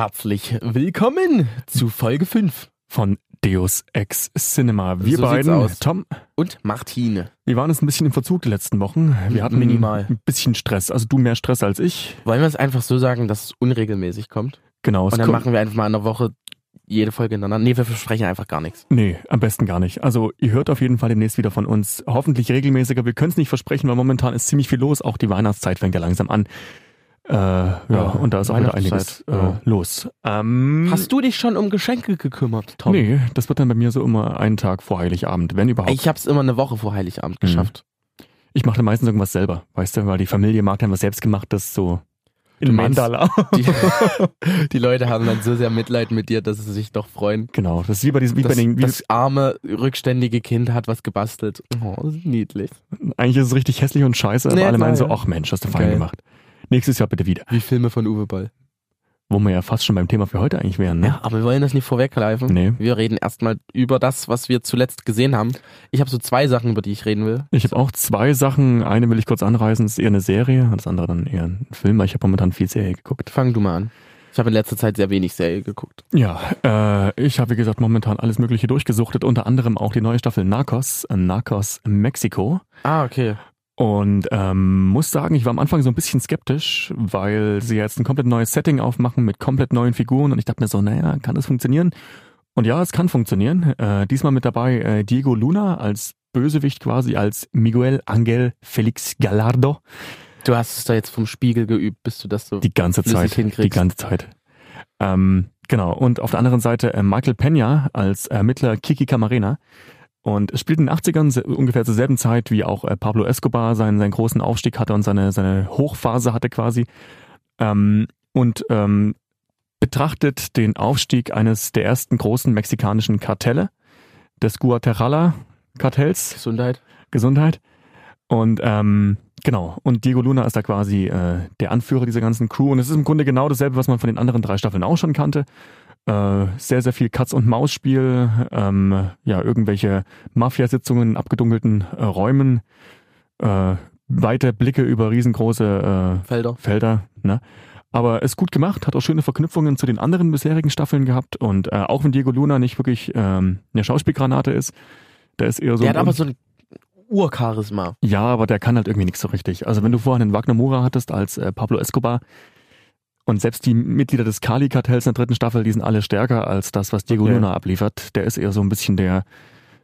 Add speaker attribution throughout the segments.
Speaker 1: Herzlich willkommen zu Folge 5
Speaker 2: von Deus Ex Cinema. Wir
Speaker 1: So sieht's
Speaker 2: beiden,
Speaker 1: aus.
Speaker 2: Tom,
Speaker 1: und Martine,
Speaker 2: wir waren jetzt ein bisschen im Verzug die letzten Wochen. Wir hatten
Speaker 1: Minimal.
Speaker 2: ein bisschen Stress. Also du mehr Stress als ich.
Speaker 1: Wollen wir es einfach so sagen, dass es unregelmäßig kommt?
Speaker 2: Genau. es
Speaker 1: Und dann
Speaker 2: kommt-
Speaker 1: machen wir einfach mal in der Woche jede Folge hintereinander. Nee, wir versprechen einfach gar nichts.
Speaker 2: Nee, am besten gar nicht. Also ihr hört auf jeden Fall demnächst wieder von uns. Hoffentlich regelmäßiger. Wir können es nicht versprechen, weil momentan ist ziemlich viel los. Auch die Weihnachtszeit fängt ja langsam an. Äh, ja, und da ist auch wieder einiges
Speaker 1: Weihnachtszeit,
Speaker 2: äh,
Speaker 1: ja.
Speaker 2: los. Ähm,
Speaker 1: Hast du dich schon um Geschenke gekümmert, Tom?
Speaker 2: Nee, das wird dann bei mir so immer einen Tag vor Heiligabend, wenn überhaupt.
Speaker 1: Ich hab's immer eine Woche vor Heiligabend
Speaker 2: Mhm.
Speaker 1: geschafft.
Speaker 2: Ich mache dann meistens irgendwas selber, weißt du, weil die Familie mag dann was selbstgemachtes, so in
Speaker 1: meinst-
Speaker 2: Mandala.
Speaker 1: Die, die Leute haben dann so sehr Mitleid mit dir, dass sie sich doch freuen.
Speaker 2: Genau, das ist wie bei, diesem, wie
Speaker 1: Das,
Speaker 2: bei den, wie,
Speaker 1: das arme, rückständige Kind hat was gebastelt. Oh, niedlich.
Speaker 2: eigentlich ist es richtig hässlich und scheiße, aber
Speaker 1: Nee,
Speaker 2: alle
Speaker 1: klar,
Speaker 2: meinen so,
Speaker 1: ja.
Speaker 2: ach Mensch, hast du fein
Speaker 1: Geil.
Speaker 2: gemacht. Nächstes Jahr bitte wieder.
Speaker 1: Wie Filme von Uwe Boll.
Speaker 2: Wo wir ja fast schon beim Thema für heute eigentlich wären, ne?
Speaker 1: Ja, aber wir wollen das nicht vorweggreifen.
Speaker 2: Nee.
Speaker 1: Wir reden erstmal über das, was wir zuletzt gesehen haben. Ich habe so zwei Sachen, über die ich reden will.
Speaker 2: Ich habe auch zwei Sachen. Eine will ich kurz anreißen, das ist eher eine Serie, und das andere dann eher ein Film, weil ich habe momentan viel Serie geguckt.
Speaker 1: Fang du mal an. Ich habe in letzter Zeit sehr wenig Serie geguckt.
Speaker 2: Ja, äh, ich habe wie gesagt momentan alles Mögliche durchgesuchtet, unter anderem auch die neue Staffel Narcos, äh, Narcos Mexiko.
Speaker 1: Ah, okay.
Speaker 2: Und ähm, muss sagen, ich war am Anfang so ein bisschen skeptisch, weil sie jetzt ein komplett neues Setting aufmachen mit komplett neuen Figuren und ich dachte mir so, naja, kann das funktionieren? Und ja, es kann funktionieren. Äh, diesmal mit dabei äh, Diego Luna als Bösewicht quasi, als Miguel Angel Felix Gallardo.
Speaker 1: Du hast es da jetzt vom Spiegel geübt, bis du das so.
Speaker 2: Die ganze
Speaker 1: Flüssig
Speaker 2: Zeit. Die
Speaker 1: hinkriegst.
Speaker 2: ganze Zeit. Ähm, genau. Und auf der anderen Seite äh, Michael Pena als Ermittler Kiki Camarena. Und es spielt in den 80ern se- ungefähr zur selben Zeit, wie auch äh, Pablo Escobar seinen, seinen großen Aufstieg hatte und seine, seine Hochphase hatte quasi. Ähm, und ähm, betrachtet den Aufstieg eines der ersten großen mexikanischen Kartelle, des Guatemala-Kartells.
Speaker 1: Gesundheit.
Speaker 2: Gesundheit. Und ähm, genau, und Diego Luna ist da quasi äh, der Anführer dieser ganzen Crew. Und es ist im Grunde genau dasselbe, was man von den anderen drei Staffeln auch schon kannte. Äh, sehr, sehr viel Katz-und-Maus-Spiel, ähm, ja, irgendwelche Mafiasitzungen in abgedunkelten äh, Räumen, äh, weite Blicke über riesengroße äh,
Speaker 1: Felder.
Speaker 2: Felder, ne? Aber ist gut gemacht, hat auch schöne Verknüpfungen zu den anderen bisherigen Staffeln gehabt. Und äh, auch wenn Diego Luna nicht wirklich ähm, eine Schauspielgranate ist, der ist eher so
Speaker 1: der hat
Speaker 2: ein
Speaker 1: aber so ein Urcharisma.
Speaker 2: ja, aber der kann halt irgendwie nichts so richtig. Also wenn du vorhin einen Wagner Moura hattest als äh, Pablo Escobar und selbst die Mitglieder des Kali-Kartells in der dritten Staffel, die sind alle stärker als das, was Diego
Speaker 1: Okay.
Speaker 2: Luna abliefert. Der ist eher so ein bisschen der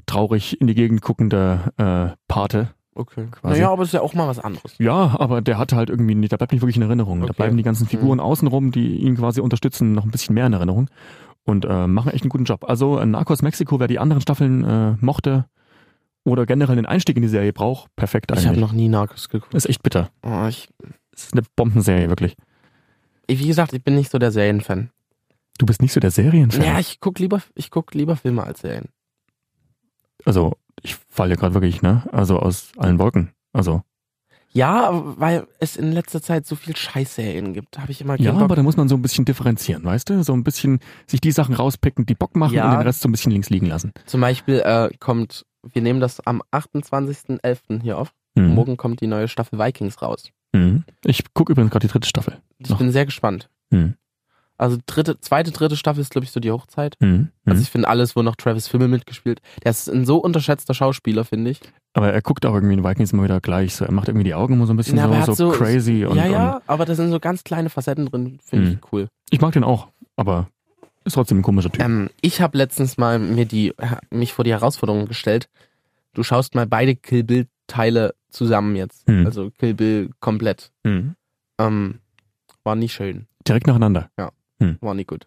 Speaker 2: traurig in die Gegend guckende äh, Pate.
Speaker 1: Okay.
Speaker 2: Quasi.
Speaker 1: Naja, aber es ist ja auch mal was anderes.
Speaker 2: Ja, aber der hat halt irgendwie, nicht- da bleibt nicht wirklich in Erinnerung. Da
Speaker 1: Okay. Mhm.
Speaker 2: bleiben die ganzen Figuren außenrum, die ihn quasi unterstützen, noch ein bisschen mehr in Erinnerung und äh, machen echt einen guten Job. Also äh, Narcos Mexiko, wer die anderen Staffeln äh, mochte oder generell den Einstieg in die Serie braucht, perfekt
Speaker 1: Ich habe
Speaker 2: eigentlich.
Speaker 1: noch nie Narcos geguckt.
Speaker 2: Ist echt bitter.
Speaker 1: Oh, ich,
Speaker 2: Es ist eine Bombenserie, wirklich.
Speaker 1: ich- wie gesagt, ich bin nicht so der Serienfan.
Speaker 2: Du bist nicht so der Serienfan.
Speaker 1: Ja, ich guck lieber, ich guck lieber Filme als Serien.
Speaker 2: Also, ich falle gerade wirklich, ne? Also aus allen Wolken. Also.
Speaker 1: Ja, weil es in letzter Zeit so viel Scheißserien gibt, habe ich immer keinen
Speaker 2: Ja,
Speaker 1: Bock.
Speaker 2: aber da muss man so ein bisschen differenzieren, weißt du? So ein bisschen sich die Sachen rauspicken, die Bock machen
Speaker 1: Ja.
Speaker 2: und den Rest so ein bisschen links liegen lassen.
Speaker 1: Zum Beispiel äh, kommt, wir nehmen das am 28.11. hier auf.
Speaker 2: Mhm.
Speaker 1: Morgen kommt die neue Staffel Vikings raus.
Speaker 2: Mhm. Ich gucke übrigens gerade die dritte Staffel.
Speaker 1: Ich
Speaker 2: Noch.
Speaker 1: bin sehr gespannt.
Speaker 2: Mhm.
Speaker 1: Also dritte, zweite, dritte Staffel ist, glaube ich, so die Hochzeit.
Speaker 2: Mhm.
Speaker 1: Also
Speaker 2: Mhm.
Speaker 1: ich finde alles, wo noch Travis Fimmel mitgespielt. Der ist ein so unterschätzter Schauspieler, finde ich.
Speaker 2: Aber er guckt auch irgendwie in Vikings immer wieder gleich. So, er macht irgendwie die Augen immer so ein bisschen
Speaker 1: Na, aber er
Speaker 2: so,
Speaker 1: hat
Speaker 2: so
Speaker 1: so-
Speaker 2: crazy. Und,
Speaker 1: ja, ja,
Speaker 2: und
Speaker 1: aber da sind so ganz kleine Facetten drin, finde
Speaker 2: Mhm.
Speaker 1: ich cool.
Speaker 2: ich mag den auch, aber ist trotzdem ein komischer Typ.
Speaker 1: Ähm, ich habe letztens mal mir die, mich vor die Herausforderung gestellt. Du schaust mal beide Kill Bill Teile zusammen jetzt.
Speaker 2: Mhm.
Speaker 1: Also Kill Bill komplett.
Speaker 2: Mhm.
Speaker 1: Ähm, war nie schön,
Speaker 2: Direkt nacheinander.
Speaker 1: war nie gut.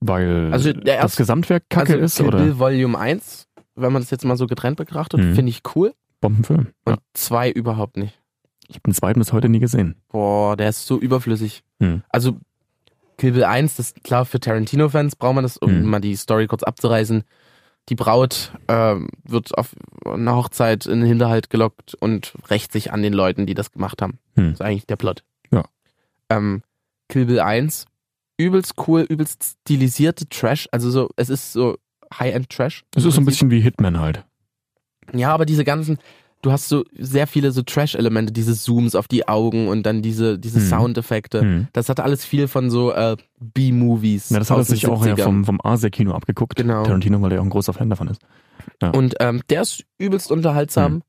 Speaker 2: Weil
Speaker 1: Also der
Speaker 2: das
Speaker 1: erste-
Speaker 2: Gesamtwerk kacke
Speaker 1: also
Speaker 2: ist
Speaker 1: Kill
Speaker 2: oder
Speaker 1: Bill Volume 1, wenn man das jetzt mal so getrennt betrachtet,
Speaker 2: Mhm.
Speaker 1: finde ich cool.
Speaker 2: Bombenfilm.
Speaker 1: Und
Speaker 2: Ja.
Speaker 1: zwei überhaupt nicht.
Speaker 2: Ich habe den zweiten bis heute nie gesehen.
Speaker 1: Boah, der ist so überflüssig.
Speaker 2: Mhm.
Speaker 1: Also Kill Bill 1, das ist klar für Tarantino-Fans braucht man das, um
Speaker 2: Mhm.
Speaker 1: mal die Story kurz abzureißen. Die Braut ähm, wird auf einer Hochzeit in den Hinterhalt gelockt und rächt sich an den Leuten, die das gemacht haben.
Speaker 2: Mhm.
Speaker 1: Das ist eigentlich der Plot.
Speaker 2: Ja.
Speaker 1: Ähm, Kill Bill 1, übelst cool, übelst stilisierte Trash. Also so, es ist so High-End-Trash.
Speaker 2: Es ist so ein
Speaker 1: Im Prinzip.
Speaker 2: bisschen wie Hitman halt.
Speaker 1: Ja, aber diese ganzen du hast so sehr viele so Trash-Elemente, diese Zooms auf die Augen und dann diese, diese
Speaker 2: Hm.
Speaker 1: Soundeffekte.
Speaker 2: Hm.
Speaker 1: Das hatte alles viel von so äh, B-Movies.
Speaker 2: Na, das hat er
Speaker 1: aus den
Speaker 2: sich auch ja
Speaker 1: 70ern.
Speaker 2: vom, vom Asia-Kino abgeguckt.
Speaker 1: Genau.
Speaker 2: Tarantino, weil er ja auch ein großer Fan davon ist.
Speaker 1: Und ähm, der ist übelst
Speaker 2: Hm.
Speaker 1: unterhaltsam.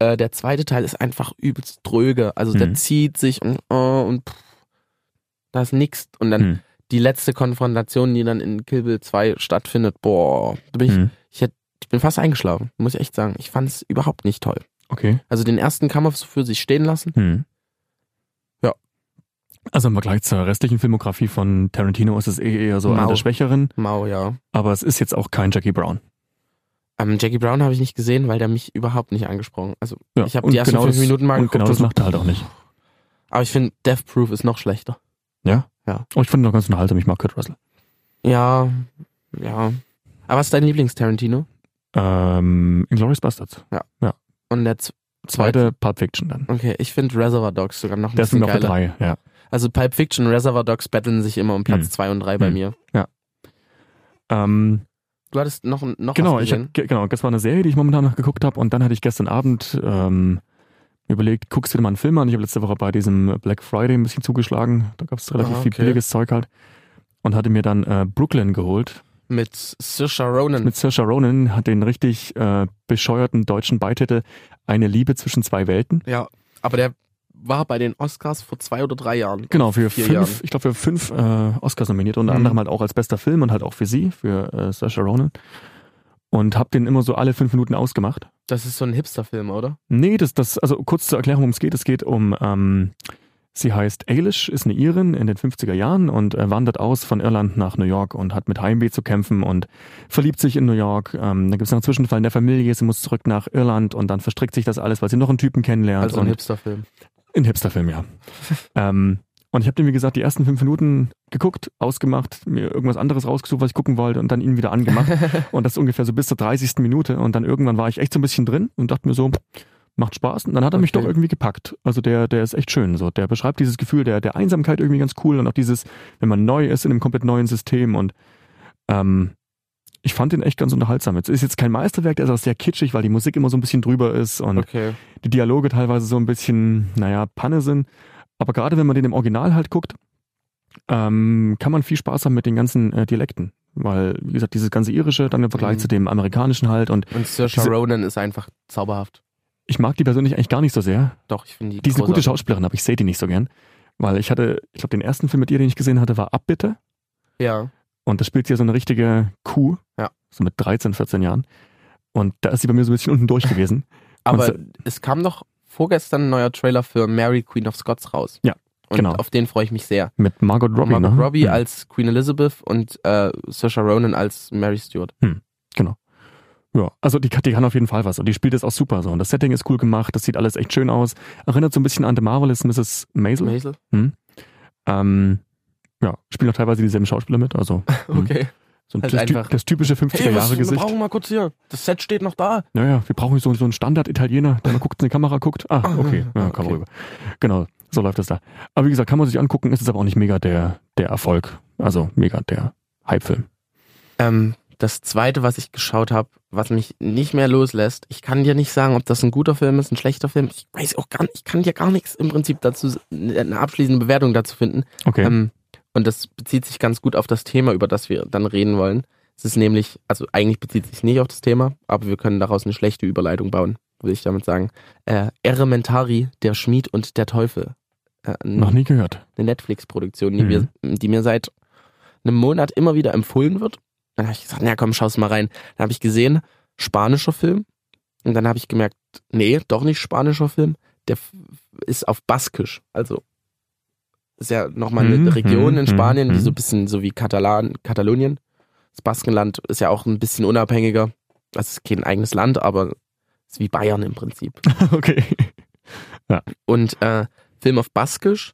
Speaker 1: Äh, der zweite Teil ist einfach übelst dröge. Also der
Speaker 2: Hm.
Speaker 1: zieht sich und, oh, und pff, da ist nichts. Und dann
Speaker 2: Hm.
Speaker 1: die letzte Konfrontation, die dann in Kill Bill 2 stattfindet, boah, da bin ich,
Speaker 2: Hm.
Speaker 1: ich bin fast eingeschlafen, muss ich echt sagen. Ich fand es überhaupt nicht toll.
Speaker 2: Okay.
Speaker 1: Also den ersten Kampf so für sich stehen lassen.
Speaker 2: Hm.
Speaker 1: Ja.
Speaker 2: Also im Vergleich zur restlichen Filmografie von Tarantino ist es eh eher so einer
Speaker 1: Mau.
Speaker 2: der schwächeren,
Speaker 1: Mau, ja.
Speaker 2: aber es ist jetzt auch kein Jackie Brown.
Speaker 1: Ähm, Jackie Brown habe ich nicht gesehen, weil der mich überhaupt nicht angesprochen. Also
Speaker 2: Ja.
Speaker 1: ich habe
Speaker 2: und
Speaker 1: die ersten
Speaker 2: genau
Speaker 1: fünf
Speaker 2: das-
Speaker 1: Minuten mal
Speaker 2: Und
Speaker 1: geguckt.
Speaker 2: genau
Speaker 1: Und
Speaker 2: das
Speaker 1: so,
Speaker 2: macht er halt auch nicht.
Speaker 1: aber ich finde, Death Proof ist noch schlechter.
Speaker 2: Oh, ich finde ihn noch ganz unterhaltsam, ich mag Kurt Russell.
Speaker 1: Ja, ja. Aber was ist dein Lieblings-Tarantino?
Speaker 2: Ähm, Inglourious Bastards.
Speaker 1: Und der z-
Speaker 2: Zweite Pulp Fiction dann.
Speaker 1: Okay, ich finde Reservoir Dogs sogar noch ein
Speaker 2: Der ist
Speaker 1: bisschen
Speaker 2: noch der
Speaker 1: geiler.
Speaker 2: drei, ja.
Speaker 1: Also Pulp Fiction und Reservoir Dogs battlen sich immer um Platz
Speaker 2: Hm.
Speaker 1: 2 und 3 bei
Speaker 2: Hm.
Speaker 1: mir.
Speaker 2: Ähm,
Speaker 1: Du hattest noch, ein- noch
Speaker 2: genau,
Speaker 1: was
Speaker 2: ich
Speaker 1: gesehen?
Speaker 2: hab, ge- genau, das war eine Serie, die ich momentan noch geguckt habe und dann hatte ich gestern Abend ähm, überlegt, guckst du dir mal einen Film an? Ich habe letzte Woche bei diesem Black Friday ein bisschen zugeschlagen, da gab es relativ
Speaker 1: Ah,
Speaker 2: viel
Speaker 1: okay.
Speaker 2: billiges Zeug halt und hatte mir dann äh, Brooklyn geholt
Speaker 1: Mit Saoirse Ronan.
Speaker 2: mit Saoirse Ronan, hat den richtig äh, bescheuerten deutschen Beititel Eine Liebe zwischen zwei Welten.
Speaker 1: ja, aber der war bei den Oscars vor zwei oder drei Jahren.
Speaker 2: Genau, für
Speaker 1: vier
Speaker 2: fünf,
Speaker 1: Jahren.
Speaker 2: ich glaube für fünf äh, Oscars nominiert, unter
Speaker 1: Mhm.
Speaker 2: anderem halt auch als bester Film und halt auch für sie, für äh, Saoirse Ronan. Und habe den immer so alle fünf Minuten ausgemacht.
Speaker 1: Das ist so ein Hipster-Film, oder?
Speaker 2: Nee, das, das, also kurz zur Erklärung, worum es geht. Es geht um, ähm, sie heißt Eilish, ist eine Irin in den 50er Jahren und äh, wandert aus von Irland nach New York und hat mit Heimweh zu kämpfen und verliebt sich in New York. Ähm, dann gibt es noch einen Zwischenfall in der Familie, sie muss zurück nach Irland und dann verstrickt sich das alles, weil sie noch einen Typen kennenlernt.
Speaker 1: Also ein
Speaker 2: und
Speaker 1: Hipster-Film.
Speaker 2: ein Hipsterfilm, ja. ähm, und ich habe den, wie gesagt, die ersten fünf Minuten geguckt, ausgemacht, mir irgendwas anderes rausgesucht, was ich gucken wollte und dann ihn wieder angemacht. und das ungefähr so bis zur 30. Minute. Und dann irgendwann war ich echt so ein bisschen drin und dachte mir so, macht Spaß. Und dann hat er mich
Speaker 1: Okay.
Speaker 2: doch irgendwie gepackt. Also der, der ist echt schön. So. Der beschreibt dieses Gefühl der, der Einsamkeit irgendwie ganz cool und auch dieses, wenn man neu ist in einem komplett neuen System und ähm, ich fand den echt ganz unterhaltsam. Es ist jetzt kein Meisterwerk, der ist auch sehr kitschig, weil die Musik immer so ein bisschen drüber ist und
Speaker 1: Okay.
Speaker 2: die Dialoge teilweise so ein bisschen, naja, Panne sind. Aber gerade wenn man den im Original halt guckt, ähm, kann man viel Spaß haben mit den ganzen äh, Dialekten. Weil, wie gesagt, dieses ganze irische, dann im Vergleich
Speaker 1: Mhm.
Speaker 2: zu dem amerikanischen halt. Und
Speaker 1: Und Saoirse
Speaker 2: Diese-
Speaker 1: Ronan ist einfach zauberhaft.
Speaker 2: ich mag die persönlich eigentlich gar nicht so sehr.
Speaker 1: Doch, ich finde die
Speaker 2: Die ist eine gute
Speaker 1: großartig.
Speaker 2: Schauspielerin, aber ich sehe die nicht so gern. Weil ich hatte, ich glaube, den ersten Film mit ihr, den ich gesehen hatte, war Abbitte.
Speaker 1: Ja.
Speaker 2: Und da spielt sie ja so eine richtige Kuh.
Speaker 1: Ja.
Speaker 2: So mit 13, 14 Jahren. Und da ist sie bei mir so ein bisschen unten durch gewesen.
Speaker 1: Aber
Speaker 2: Und
Speaker 1: es kam doch vorgestern ein neuer Trailer für Mary Queen of Scots raus.
Speaker 2: Ja,
Speaker 1: Und
Speaker 2: genau.
Speaker 1: auf den freue ich mich sehr.
Speaker 2: Mit Margot Robbie,
Speaker 1: Margot
Speaker 2: ne?
Speaker 1: Robbie
Speaker 2: Ja.
Speaker 1: als Queen Elizabeth und äh, Saoirse Ronan als Mary Stewart.
Speaker 2: Ja, also die, die kann auf jeden Fall was und die spielt das auch super so. Und das Setting ist cool gemacht, das sieht alles echt schön aus. Erinnert so ein bisschen an The Marvelous Mrs. Maisel.
Speaker 1: Maisel?
Speaker 2: Ähm, ja, spielen auch teilweise dieselben Schauspieler mit, also Mhm.
Speaker 1: Okay.
Speaker 2: so ein
Speaker 1: Halt
Speaker 2: das, ty-
Speaker 1: einfach-
Speaker 2: das typische 50er-Jahre-Gesicht.
Speaker 1: mal kurz hier. Das Set steht noch da.
Speaker 2: naja, wir brauchen so, so einen Standard-Italiener, der mal guckt, in die Kamera guckt. Ah, okay, ja, komm
Speaker 1: Okay.
Speaker 2: rüber. Genau, so läuft das da. Aber wie gesagt, kann man sich angucken, ist es aber auch nicht mega der, der Erfolg. Also mega der Hype-Film.
Speaker 1: Ähm, das zweite, was ich geschaut habe, was mich nicht mehr loslässt, ich kann dir nicht sagen, ob das ein guter Film ist, ein schlechter Film. Ich weiß auch gar nicht, ich kann dir gar nichts im Prinzip dazu, eine abschließende Bewertung dazu finden.
Speaker 2: Okay.
Speaker 1: Ähm, und das bezieht sich ganz gut auf das Thema, über das wir dann reden wollen. Es ist nämlich, also eigentlich bezieht sich nicht auf das Thema, aber wir können daraus eine schlechte Überleitung bauen, will ich damit sagen. Äh, Elementari, der Schmied und der Teufel. Äh,
Speaker 2: Noch nie gehört.
Speaker 1: eine Netflix-Produktion, die,
Speaker 2: Mhm.
Speaker 1: wir- die mir seit einem Monat immer wieder empfohlen wird. Dann habe ich gesagt, na komm, schau's mal rein. Dann habe ich gesehen, spanischer Film. Und dann habe ich gemerkt, nee, doch nicht spanischer Film. Der f- ist auf Baskisch. Also ist ja nochmal eine
Speaker 2: Mhm,
Speaker 1: Region in
Speaker 2: mhm,
Speaker 1: Spanien, die
Speaker 2: mhm.
Speaker 1: so ein bisschen so wie Katalan, Katalonien. Das Baskenland ist ja auch ein bisschen unabhängiger. Das ist kein eigenes Land, aber ist wie Bayern im Prinzip
Speaker 2: okay.
Speaker 1: und äh, Film auf Baskisch.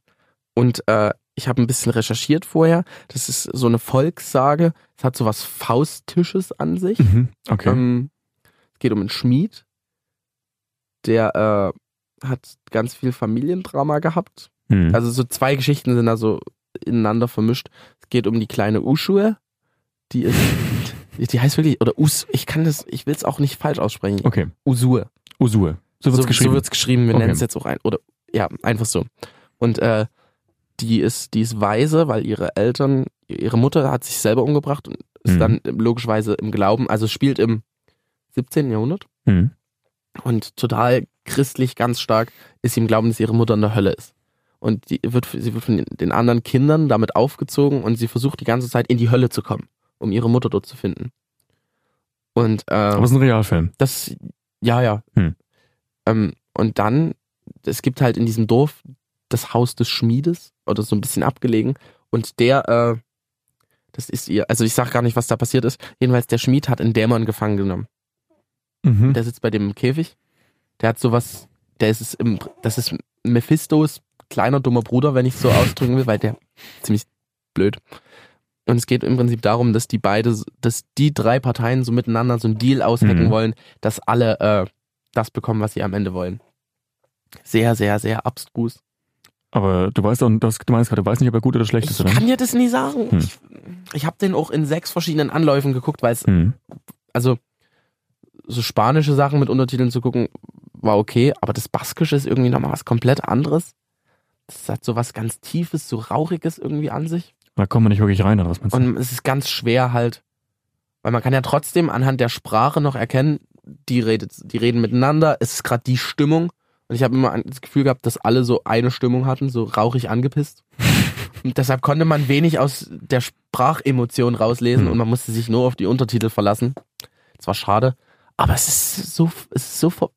Speaker 1: Und äh, ich habe ein bisschen recherchiert vorher. Das ist so eine Volkssage. Es hat so was Fausttisches an sich.
Speaker 2: Mhm. Okay.
Speaker 1: Ähm, es geht um einen Schmied, der äh, hat ganz viel Familiendrama gehabt.
Speaker 2: Mhm.
Speaker 1: Also so zwei Geschichten sind da so ineinander vermischt. Es geht um die kleine Uschue, die ist, die heißt wirklich, oder Us, ich kann das, ich will es auch nicht falsch aussprechen.
Speaker 2: okay.
Speaker 1: Usue.
Speaker 2: Usur. So wird's geschrieben.
Speaker 1: So wird's geschrieben. Wir
Speaker 2: Okay.
Speaker 1: nennen es jetzt auch ein. Oder ja, einfach so. Und äh, die ist, die ist weise, weil ihre Eltern, ihre Mutter hat sich selber umgebracht und ist
Speaker 2: Mhm.
Speaker 1: dann logischerweise im Glauben, also es spielt im 17. Jahrhundert
Speaker 2: Mhm.
Speaker 1: und total christlich ganz stark ist sie im Glauben, dass ihre Mutter in der Hölle ist. Und die wird, sie wird von den anderen Kindern damit aufgezogen und sie versucht die ganze Zeit in die Hölle zu kommen, um ihre Mutter dort zu finden. Und äh,
Speaker 2: Aber es ist ein Realfilm.
Speaker 1: das, ja, ja.
Speaker 2: Hm.
Speaker 1: Ähm, und dann, es gibt halt in diesem Dorf das Haus des Schmiedes oder so ein bisschen abgelegen. Und der, äh, das ist ihr, also ich sag gar nicht, was da passiert ist. Jedenfalls, der Schmied hat einen Dämon gefangen genommen.
Speaker 2: Mhm.
Speaker 1: Der sitzt bei dem im Käfig. Der hat sowas, der ist es im, das ist Mephistos kleiner dummer Bruder, wenn ich so ausdrücken will, weil der ziemlich blöd. Und es geht im Prinzip darum, dass die beide, dass die drei Parteien so miteinander so einen Deal aushecken
Speaker 2: Mhm.
Speaker 1: wollen, dass alle äh, das bekommen, was sie am Ende wollen. Sehr, sehr, sehr abstrus.
Speaker 2: Aber du weißt doch, das, du meinst gerade, du weißt nicht, ob er gut oder schlecht
Speaker 1: Ich
Speaker 2: ist, oder?
Speaker 1: kann dir das nie sagen.
Speaker 2: Hm.
Speaker 1: Ich, ich habe den auch in sechs verschiedenen Anläufen geguckt, weil es
Speaker 2: Mhm.
Speaker 1: also so spanische Sachen mit Untertiteln zu gucken, war okay, aber das Baskische ist irgendwie nochmal was komplett anderes. Das hat so was ganz Tiefes, so Rauchiges irgendwie an sich.
Speaker 2: Da kommen wir nicht wirklich rein, oder was meinst du?
Speaker 1: Und es ist ganz schwer halt, weil man kann ja trotzdem anhand der Sprache noch erkennen, die, redet, die reden miteinander, es ist gerade die Stimmung. Und ich habe immer an- das Gefühl gehabt, dass alle so eine Stimmung hatten, so rauchig angepisst. Und deshalb konnte man wenig aus der Sprachemotion rauslesen
Speaker 2: Hm.
Speaker 1: und man musste sich nur auf die Untertitel verlassen. Das war schade, aber es ist so, es ist so ver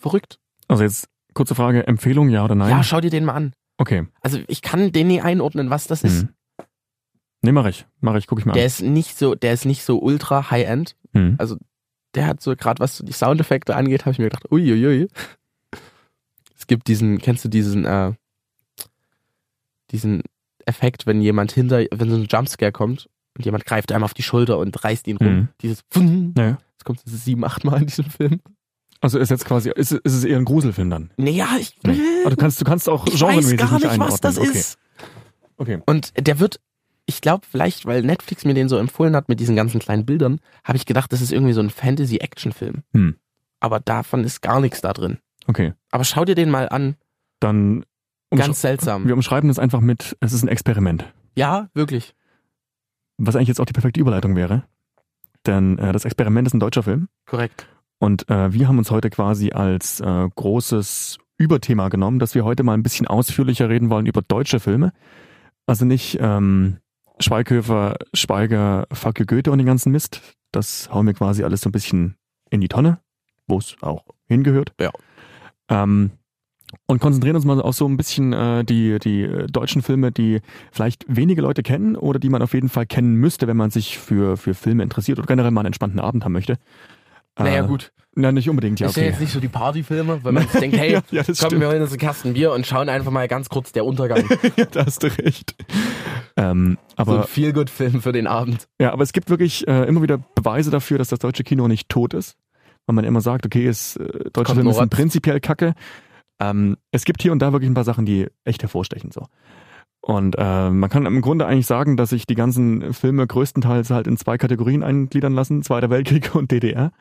Speaker 1: verrückt.
Speaker 2: Also jetzt kurze Frage, Empfehlung, ja oder nein?
Speaker 1: Ja, schau dir den mal an.
Speaker 2: okay.
Speaker 1: Also ich kann den nie einordnen, was das ist.
Speaker 2: Mhm. Nee, mach ich. Mach ich, guck ich mal
Speaker 1: Der
Speaker 2: an.
Speaker 1: ist nicht so, der ist nicht so ultra high-end,
Speaker 2: Mhm.
Speaker 1: der hat so gerade was so die Soundeffekte angeht, habe ich mir gedacht, uiuiui. Es gibt diesen, kennst du diesen, äh, diesen Effekt, wenn jemand hinter, wenn so ein Jumpscare kommt und jemand greift einem auf die Schulter und reißt ihn rum.
Speaker 2: Mhm.
Speaker 1: Dieses, Pfung,
Speaker 2: Ja.
Speaker 1: das kommt so sieben, acht Mal in diesem Film.
Speaker 2: Also ist jetzt quasi, ist, ist es eher ein Gruselfilm dann?
Speaker 1: Nee, ja, ich,
Speaker 2: Nee. Aber du kannst, du kannst auch
Speaker 1: ich
Speaker 2: genremäßig
Speaker 1: weiß gar nicht,
Speaker 2: einordnen.
Speaker 1: was das
Speaker 2: okay.
Speaker 1: ist.
Speaker 2: Okay.
Speaker 1: Und der wird, ich glaube, vielleicht, weil Netflix mir den so empfohlen hat mit diesen ganzen kleinen Bildern, habe ich gedacht, das ist irgendwie so ein Fantasy-Action-Film.
Speaker 2: Hm.
Speaker 1: Aber davon ist gar nichts da drin.
Speaker 2: Okay.
Speaker 1: Aber schau dir den mal an.
Speaker 2: Dann umsch-
Speaker 1: Ganz seltsam.
Speaker 2: wir umschreiben das einfach mit, es ist ein Experiment.
Speaker 1: Ja, wirklich.
Speaker 2: Was eigentlich jetzt auch die perfekte Überleitung wäre. Denn äh, das Experiment ist ein deutscher Film.
Speaker 1: Korrekt.
Speaker 2: Und äh, wir haben uns heute quasi als äh, großes Überthema genommen, dass wir heute mal ein bisschen ausführlicher reden wollen über deutsche Filme. Also nicht ähm, Schweighöfer, Schweiger, Fuck you Goethe und den ganzen Mist. Das hauen wir quasi alles so ein bisschen in die Tonne, wo es auch hingehört.
Speaker 1: Ja.
Speaker 2: Ähm, und konzentrieren uns mal auf so ein bisschen äh, die, die äh, deutschen Filme, die vielleicht wenige Leute kennen oder die man auf jeden Fall kennen müsste, wenn man sich für, für Filme interessiert oder generell mal einen entspannten Abend haben möchte.
Speaker 1: Naja,
Speaker 2: Äh,
Speaker 1: gut.
Speaker 2: na, nicht unbedingt, ja,
Speaker 1: Das sind
Speaker 2: okay.
Speaker 1: jetzt nicht so die Partyfilme, weil man sich denkt, hey,
Speaker 2: ja, ja, das
Speaker 1: komm,
Speaker 2: stimmt.
Speaker 1: wir holen uns einen Kasten Bier und schauen einfach mal ganz kurz der Untergang.
Speaker 2: ja, da hast du recht.
Speaker 1: so ein
Speaker 2: Ähm, aber,
Speaker 1: Feel-Good-Film für den Abend.
Speaker 2: ja, aber es gibt wirklich äh, immer wieder Beweise dafür, dass das deutsche Kino nicht tot ist. Weil man immer sagt, okay, es, äh, deutsche
Speaker 1: Kommt
Speaker 2: Filme
Speaker 1: nur
Speaker 2: sind
Speaker 1: Rotz.
Speaker 2: prinzipiell kacke. Ähm, es gibt hier und da wirklich ein paar Sachen, die echt hervorstechen. so. Und äh, man kann im Grunde eigentlich sagen, dass sich die ganzen Filme größtenteils halt in zwei Kategorien eingliedern lassen, Zweiter Weltkrieg und DDR.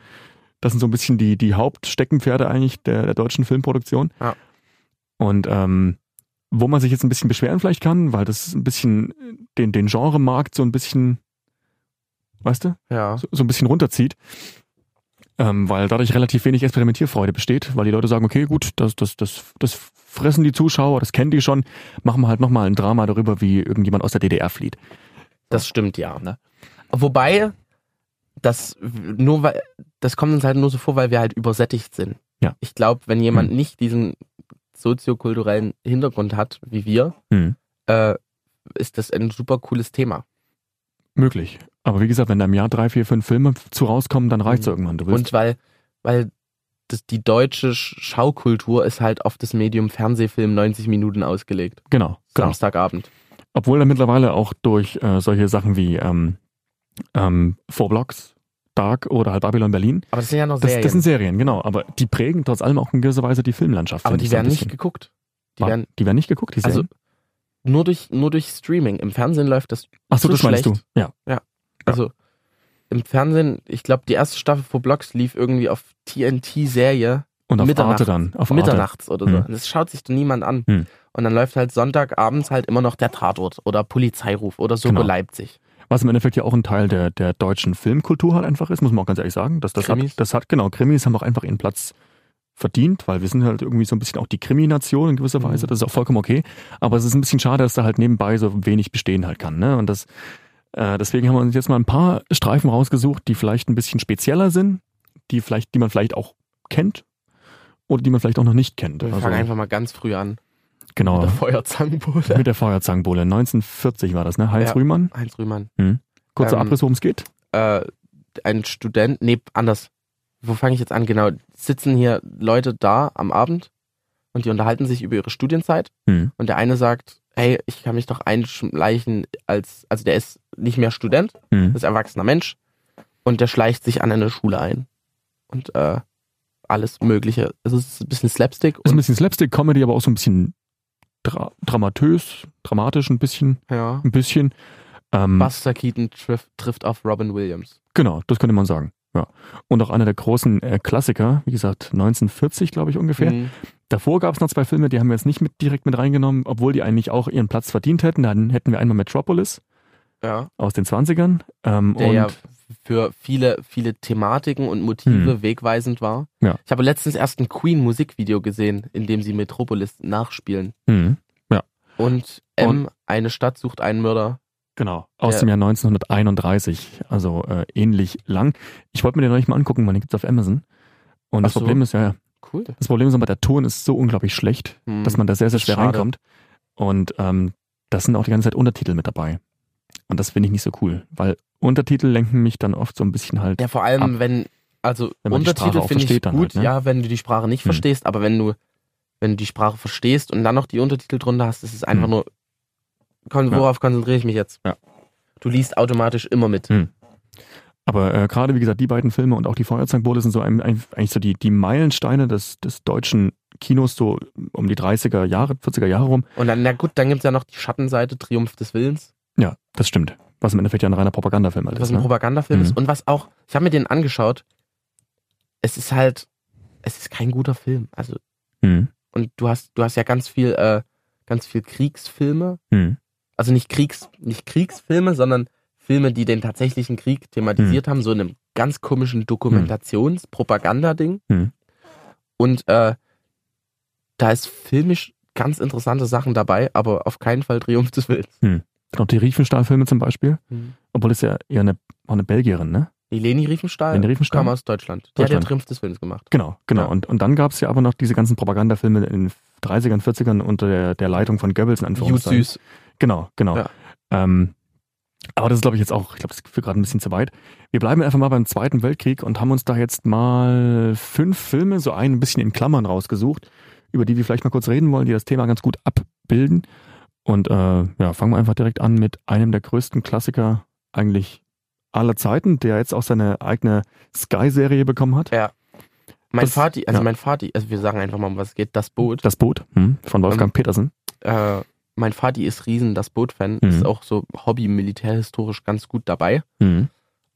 Speaker 2: Das sind so ein bisschen die, die Hauptsteckenpferde eigentlich der, der deutschen Filmproduktion.
Speaker 1: Ja.
Speaker 2: Und ähm, wo man sich jetzt ein bisschen beschweren vielleicht kann, weil das ein bisschen den, den Genremarkt so ein bisschen, weißt du,
Speaker 1: Ja.
Speaker 2: so, so ein bisschen runterzieht. Ähm, weil dadurch relativ wenig Experimentierfreude besteht, weil die Leute sagen, okay, gut, das, das, das, das fressen die Zuschauer, das kennen die schon, machen wir halt nochmal ein Drama darüber, wie irgendjemand aus der DDR flieht.
Speaker 1: Das stimmt, ja.
Speaker 2: Ne?
Speaker 1: Wobei, das, nur, weil, das kommt uns halt nur so vor, weil wir halt übersättigt sind.
Speaker 2: Ja. Mhm.
Speaker 1: Ich glaube, wenn jemand nicht diesen soziokulturellen Hintergrund hat, wie wir,
Speaker 2: Hm.
Speaker 1: äh, ist das ein super cooles Thema.
Speaker 2: Möglich. Aber wie gesagt, wenn da im Jahr drei, vier, fünf Filme zu rauskommen, dann reicht's
Speaker 1: Mhm.
Speaker 2: irgendwann. Du willst,
Speaker 1: Und weil, weil das, die deutsche Sch- Schaukultur ist halt auf das Medium Fernsehfilm 90 Minuten ausgelegt.
Speaker 2: genau, genau.
Speaker 1: Samstagabend.
Speaker 2: Obwohl da mittlerweile auch durch äh, solche Sachen wie ähm, ähm, Four Blocks, Dark oder halt Babylon Berlin,
Speaker 1: Aber das sind ja noch
Speaker 2: das,
Speaker 1: Serien.
Speaker 2: das sind Serien, genau. Aber die prägen trotz allem auch in gewisser Weise die Filmlandschaft.
Speaker 1: aber
Speaker 2: finde
Speaker 1: die
Speaker 2: ich so ein
Speaker 1: werden nicht
Speaker 2: bisschen.
Speaker 1: geguckt. Die
Speaker 2: Wa-
Speaker 1: werden
Speaker 2: die werden nicht geguckt, die
Speaker 1: also
Speaker 2: Serien?
Speaker 1: nur durch, nur durch Streaming. Im Fernsehen läuft das.
Speaker 2: Ach so,
Speaker 1: zu
Speaker 2: das meinst du.
Speaker 1: schlecht.
Speaker 2: Ja.
Speaker 1: Also im Fernsehen, ich glaube, die erste Staffel vor Blocks lief irgendwie auf TNT-Serie
Speaker 2: Und auf
Speaker 1: Mitternacht.
Speaker 2: Arte dann. Auf Arte.
Speaker 1: Mitternachts oder so.
Speaker 2: Hm.
Speaker 1: Und Das schaut sich niemand an.
Speaker 2: Hm.
Speaker 1: Und dann läuft halt Sonntagabends halt immer noch der Tatort oder Polizeiruf oder Soko
Speaker 2: Genau.
Speaker 1: Leipzig.
Speaker 2: Was im Endeffekt ja auch ein Teil der, der deutschen Filmkultur halt einfach ist, muss man auch ganz ehrlich sagen. Das, das, hat,
Speaker 1: Krimis.
Speaker 2: das hat, genau, Krimis haben auch einfach ihren Platz verdient, weil wir sind halt irgendwie so ein bisschen auch die Krimination in gewisser
Speaker 1: Mhm.
Speaker 2: Weise. Das ist auch vollkommen okay. Aber es ist ein bisschen schade, dass da halt nebenbei so wenig bestehen halt kann. Ne? Und das, äh, deswegen haben wir uns jetzt mal ein paar Streifen rausgesucht, die vielleicht ein bisschen spezieller sind, die vielleicht, die man vielleicht auch kennt oder die man vielleicht auch noch nicht kennt.
Speaker 1: Wir fangen
Speaker 2: Also,
Speaker 1: einfach mal ganz früh an. Mit
Speaker 2: genau.
Speaker 1: der Feuerzangenbowle.
Speaker 2: Mit der Feuerzangenbowle. 1940 war das, ne? Heinz
Speaker 1: Ja.
Speaker 2: Rühmann.
Speaker 1: Heinz Rühmann.
Speaker 2: Kurzer
Speaker 1: Ähm,
Speaker 2: Abriss, worum es geht.
Speaker 1: Äh, ein Student, nee, anders. Wo fange ich jetzt an? Genau. Sitzen hier Leute da am Abend und die unterhalten sich über ihre Studienzeit.
Speaker 2: Hm.
Speaker 1: Und der eine sagt, hey, ich kann mich doch einschleichen als, also der ist nicht mehr Student,
Speaker 2: Hm.
Speaker 1: ist erwachsener Mensch und der schleicht sich an eine Schule ein. Und äh, alles Mögliche. Also Es ist ein bisschen Slapstick
Speaker 2: Ist ein
Speaker 1: und
Speaker 2: bisschen Slapstick-Comedy, aber auch so ein bisschen dra dramatös, dramatisch ein bisschen,
Speaker 1: ja,
Speaker 2: ein bisschen. Ähm,
Speaker 1: Buster Keaton trifft, trifft auf Robin Williams.
Speaker 2: Genau, das könnte man sagen. Ja. Und auch einer der großen äh, Klassiker, wie gesagt, 1940, glaube ich, ungefähr.
Speaker 1: Mhm.
Speaker 2: Davor gab es noch zwei Filme, die haben wir jetzt nicht mit, direkt mit reingenommen, obwohl die eigentlich auch ihren Platz verdient hätten. Dann hätten wir einmal Metropolis
Speaker 1: Ja,
Speaker 2: aus den 20ern. Ähm,
Speaker 1: der
Speaker 2: und
Speaker 1: ja für viele, viele Thematiken und Motive wegweisend war.
Speaker 2: Hm. Ja.
Speaker 1: Ich habe letztens erst ein Queen-Musikvideo gesehen, in dem sie Metropolis nachspielen.
Speaker 2: Hm,
Speaker 1: Und M, eine Stadt sucht einen Mörder.
Speaker 2: Genau. Aus
Speaker 1: Der-
Speaker 2: dem Jahr 1931, also äh, ähnlich lang. Ich wollte mir den noch nicht mal angucken, weil den gibt's auf Amazon. Und das
Speaker 1: Ach so.
Speaker 2: Problem ist ja, ja,
Speaker 1: Cool.
Speaker 2: das Problem ist aber, der Ton ist so unglaublich schlecht.
Speaker 1: Hm.
Speaker 2: dass man da sehr, sehr schwer
Speaker 1: Schade.
Speaker 2: reinkommt. Und ähm, das sind auch die ganze Zeit Untertitel mit dabei. Und das finde ich nicht so cool, weil Untertitel lenken mich dann oft so ein bisschen halt.
Speaker 1: Ja, vor allem,
Speaker 2: ab.
Speaker 1: wenn, also
Speaker 2: Wenn man die Sprache
Speaker 1: Untertitel
Speaker 2: auch
Speaker 1: finde ich
Speaker 2: versteht
Speaker 1: gut,
Speaker 2: dann halt, ne?
Speaker 1: ja, wenn du die Sprache nicht
Speaker 2: Hm.
Speaker 1: verstehst, aber wenn du, wenn du die Sprache verstehst und dann noch die Untertitel drunter hast, ist es einfach
Speaker 2: Hm.
Speaker 1: nur, kon
Speaker 2: Ja.
Speaker 1: worauf konzentriere ich mich jetzt?
Speaker 2: Ja.
Speaker 1: Du liest automatisch immer mit.
Speaker 2: Hm. Aber äh, gerade, wie gesagt, die beiden Filme und auch die Feuerzangenbowle sind so ein, ein, eigentlich so die, die Meilensteine des, des deutschen Kinos, so um die 30er Jahre, 40er Jahre rum.
Speaker 1: Und dann, na gut, dann gibt es ja noch die Schattenseite, Triumph des Willens,
Speaker 2: Ja, das stimmt. Was im Endeffekt ja ein reiner Propagandafilm halt
Speaker 1: was
Speaker 2: ist.
Speaker 1: ein
Speaker 2: Ne?
Speaker 1: Propagandafilm
Speaker 2: Mhm.
Speaker 1: ist und was auch, ich habe mir den angeschaut, es ist halt, es ist kein guter Film. Also,
Speaker 2: Hm,
Speaker 1: und du hast, du hast ja ganz viel, äh, ganz viel Kriegsfilme,
Speaker 2: hm,
Speaker 1: also nicht Kriegs, nicht Kriegsfilme, sondern Filme, die den tatsächlichen Krieg
Speaker 2: Mhm.
Speaker 1: thematisiert haben, so in einem ganz komischen Dokumentations-Propaganda-Ding.
Speaker 2: Hm.
Speaker 1: Und äh, da ist filmisch ganz interessante Sachen dabei, aber auf keinen Fall Triumph des Willens.
Speaker 2: Genau, die Riefenstahl-Filme zum Beispiel. Obwohl es ja eher eine, auch eine Belgierin, ne?
Speaker 1: Die Leni Riefenstahl,
Speaker 2: Leni Riefenstahl?
Speaker 1: kam aus Deutschland. Die hat ja
Speaker 2: Deutschland.
Speaker 1: Triumph des Willens gemacht.
Speaker 2: Genau, genau.
Speaker 1: Ja.
Speaker 2: Und, und dann gab's ja aber noch diese ganzen Propagandafilme in den 30ern, 40ern unter der, der Leitung von Goebbels in
Speaker 1: Jut
Speaker 2: Anführungszeichen.
Speaker 1: süß.
Speaker 2: Genau, genau.
Speaker 1: Ja.
Speaker 2: Ähm, aber das ist, glaube ich, jetzt auch, ich glaube, das führt gerade ein bisschen zu weit. Wir bleiben einfach mal beim Zweiten Weltkrieg und haben uns da jetzt mal fünf Filme, so einen ein bisschen in Klammern rausgesucht, über die wir vielleicht mal kurz reden wollen, die das Thema ganz gut abbilden. Und äh, ja, fangen wir einfach direkt an mit einem der größten Klassiker eigentlich aller Zeiten, der jetzt auch seine eigene Sky-Serie bekommen hat.
Speaker 1: Mein
Speaker 2: Das-
Speaker 1: Vati, also
Speaker 2: ja.
Speaker 1: mein Vati, also wir sagen einfach mal, um was es geht, das Boot.
Speaker 2: Das Boot hm, von Wolfgang Petersen.
Speaker 1: äh, mein Vati ist riesen das Boot-Fan,
Speaker 2: Mhm.
Speaker 1: ist auch so hobby-militärhistorisch ganz gut dabei.
Speaker 2: Mhm.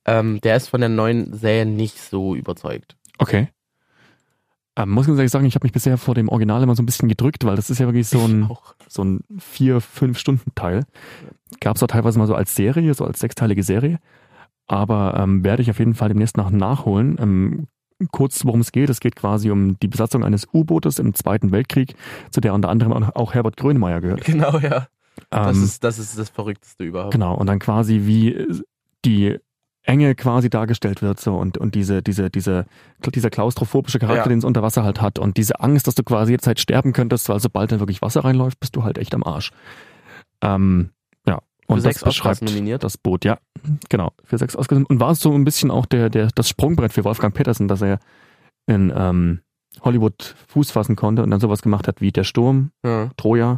Speaker 1: Ähm, der ist von der neuen Serie nicht so überzeugt.
Speaker 2: Okay. Ähm, muss ganz ehrlich sagen, ich habe mich bisher vor dem Original immer so ein bisschen gedrückt, weil das ist ja wirklich so ein,
Speaker 1: auch.
Speaker 2: so ein vier fünf Stunden Teil. Gab es auch teilweise mal so als Serie, so als sechsteilige Serie. Aber ähm, werde ich auf jeden Fall demnächst noch nachholen. Ähm, kurz, worum es geht. Es geht quasi um die Besatzung eines U-Bootes im Zweiten Weltkrieg, zu der unter anderem auch- auch Herbert Grönemeyer gehört.
Speaker 1: Genau, ja. Das,
Speaker 2: Ähm,
Speaker 1: ist, das ist das Verrückteste überhaupt.
Speaker 2: Genau, und dann quasi wie äh, die Enge quasi dargestellt wird so und, und diese, diese, diese, dieser klaustrophobische Charakter,
Speaker 1: Ja.
Speaker 2: den es unter Wasser halt hat und diese Angst, dass du quasi jederzeit sterben könntest, weil sobald dann wirklich Wasser reinläuft, bist du halt echt am Arsch. Ähm, ja,
Speaker 1: Für
Speaker 2: und
Speaker 1: sechs
Speaker 2: das beschreibt
Speaker 1: Oscars nominiert.
Speaker 2: das Boot, ja, genau, für sechs Oscars. Und war es so ein bisschen auch der, der, das Sprungbrett für Wolfgang Petersen, dass er in ähm, Hollywood Fuß fassen konnte und dann sowas gemacht hat wie Der Sturm,
Speaker 1: Ja.
Speaker 2: Troja.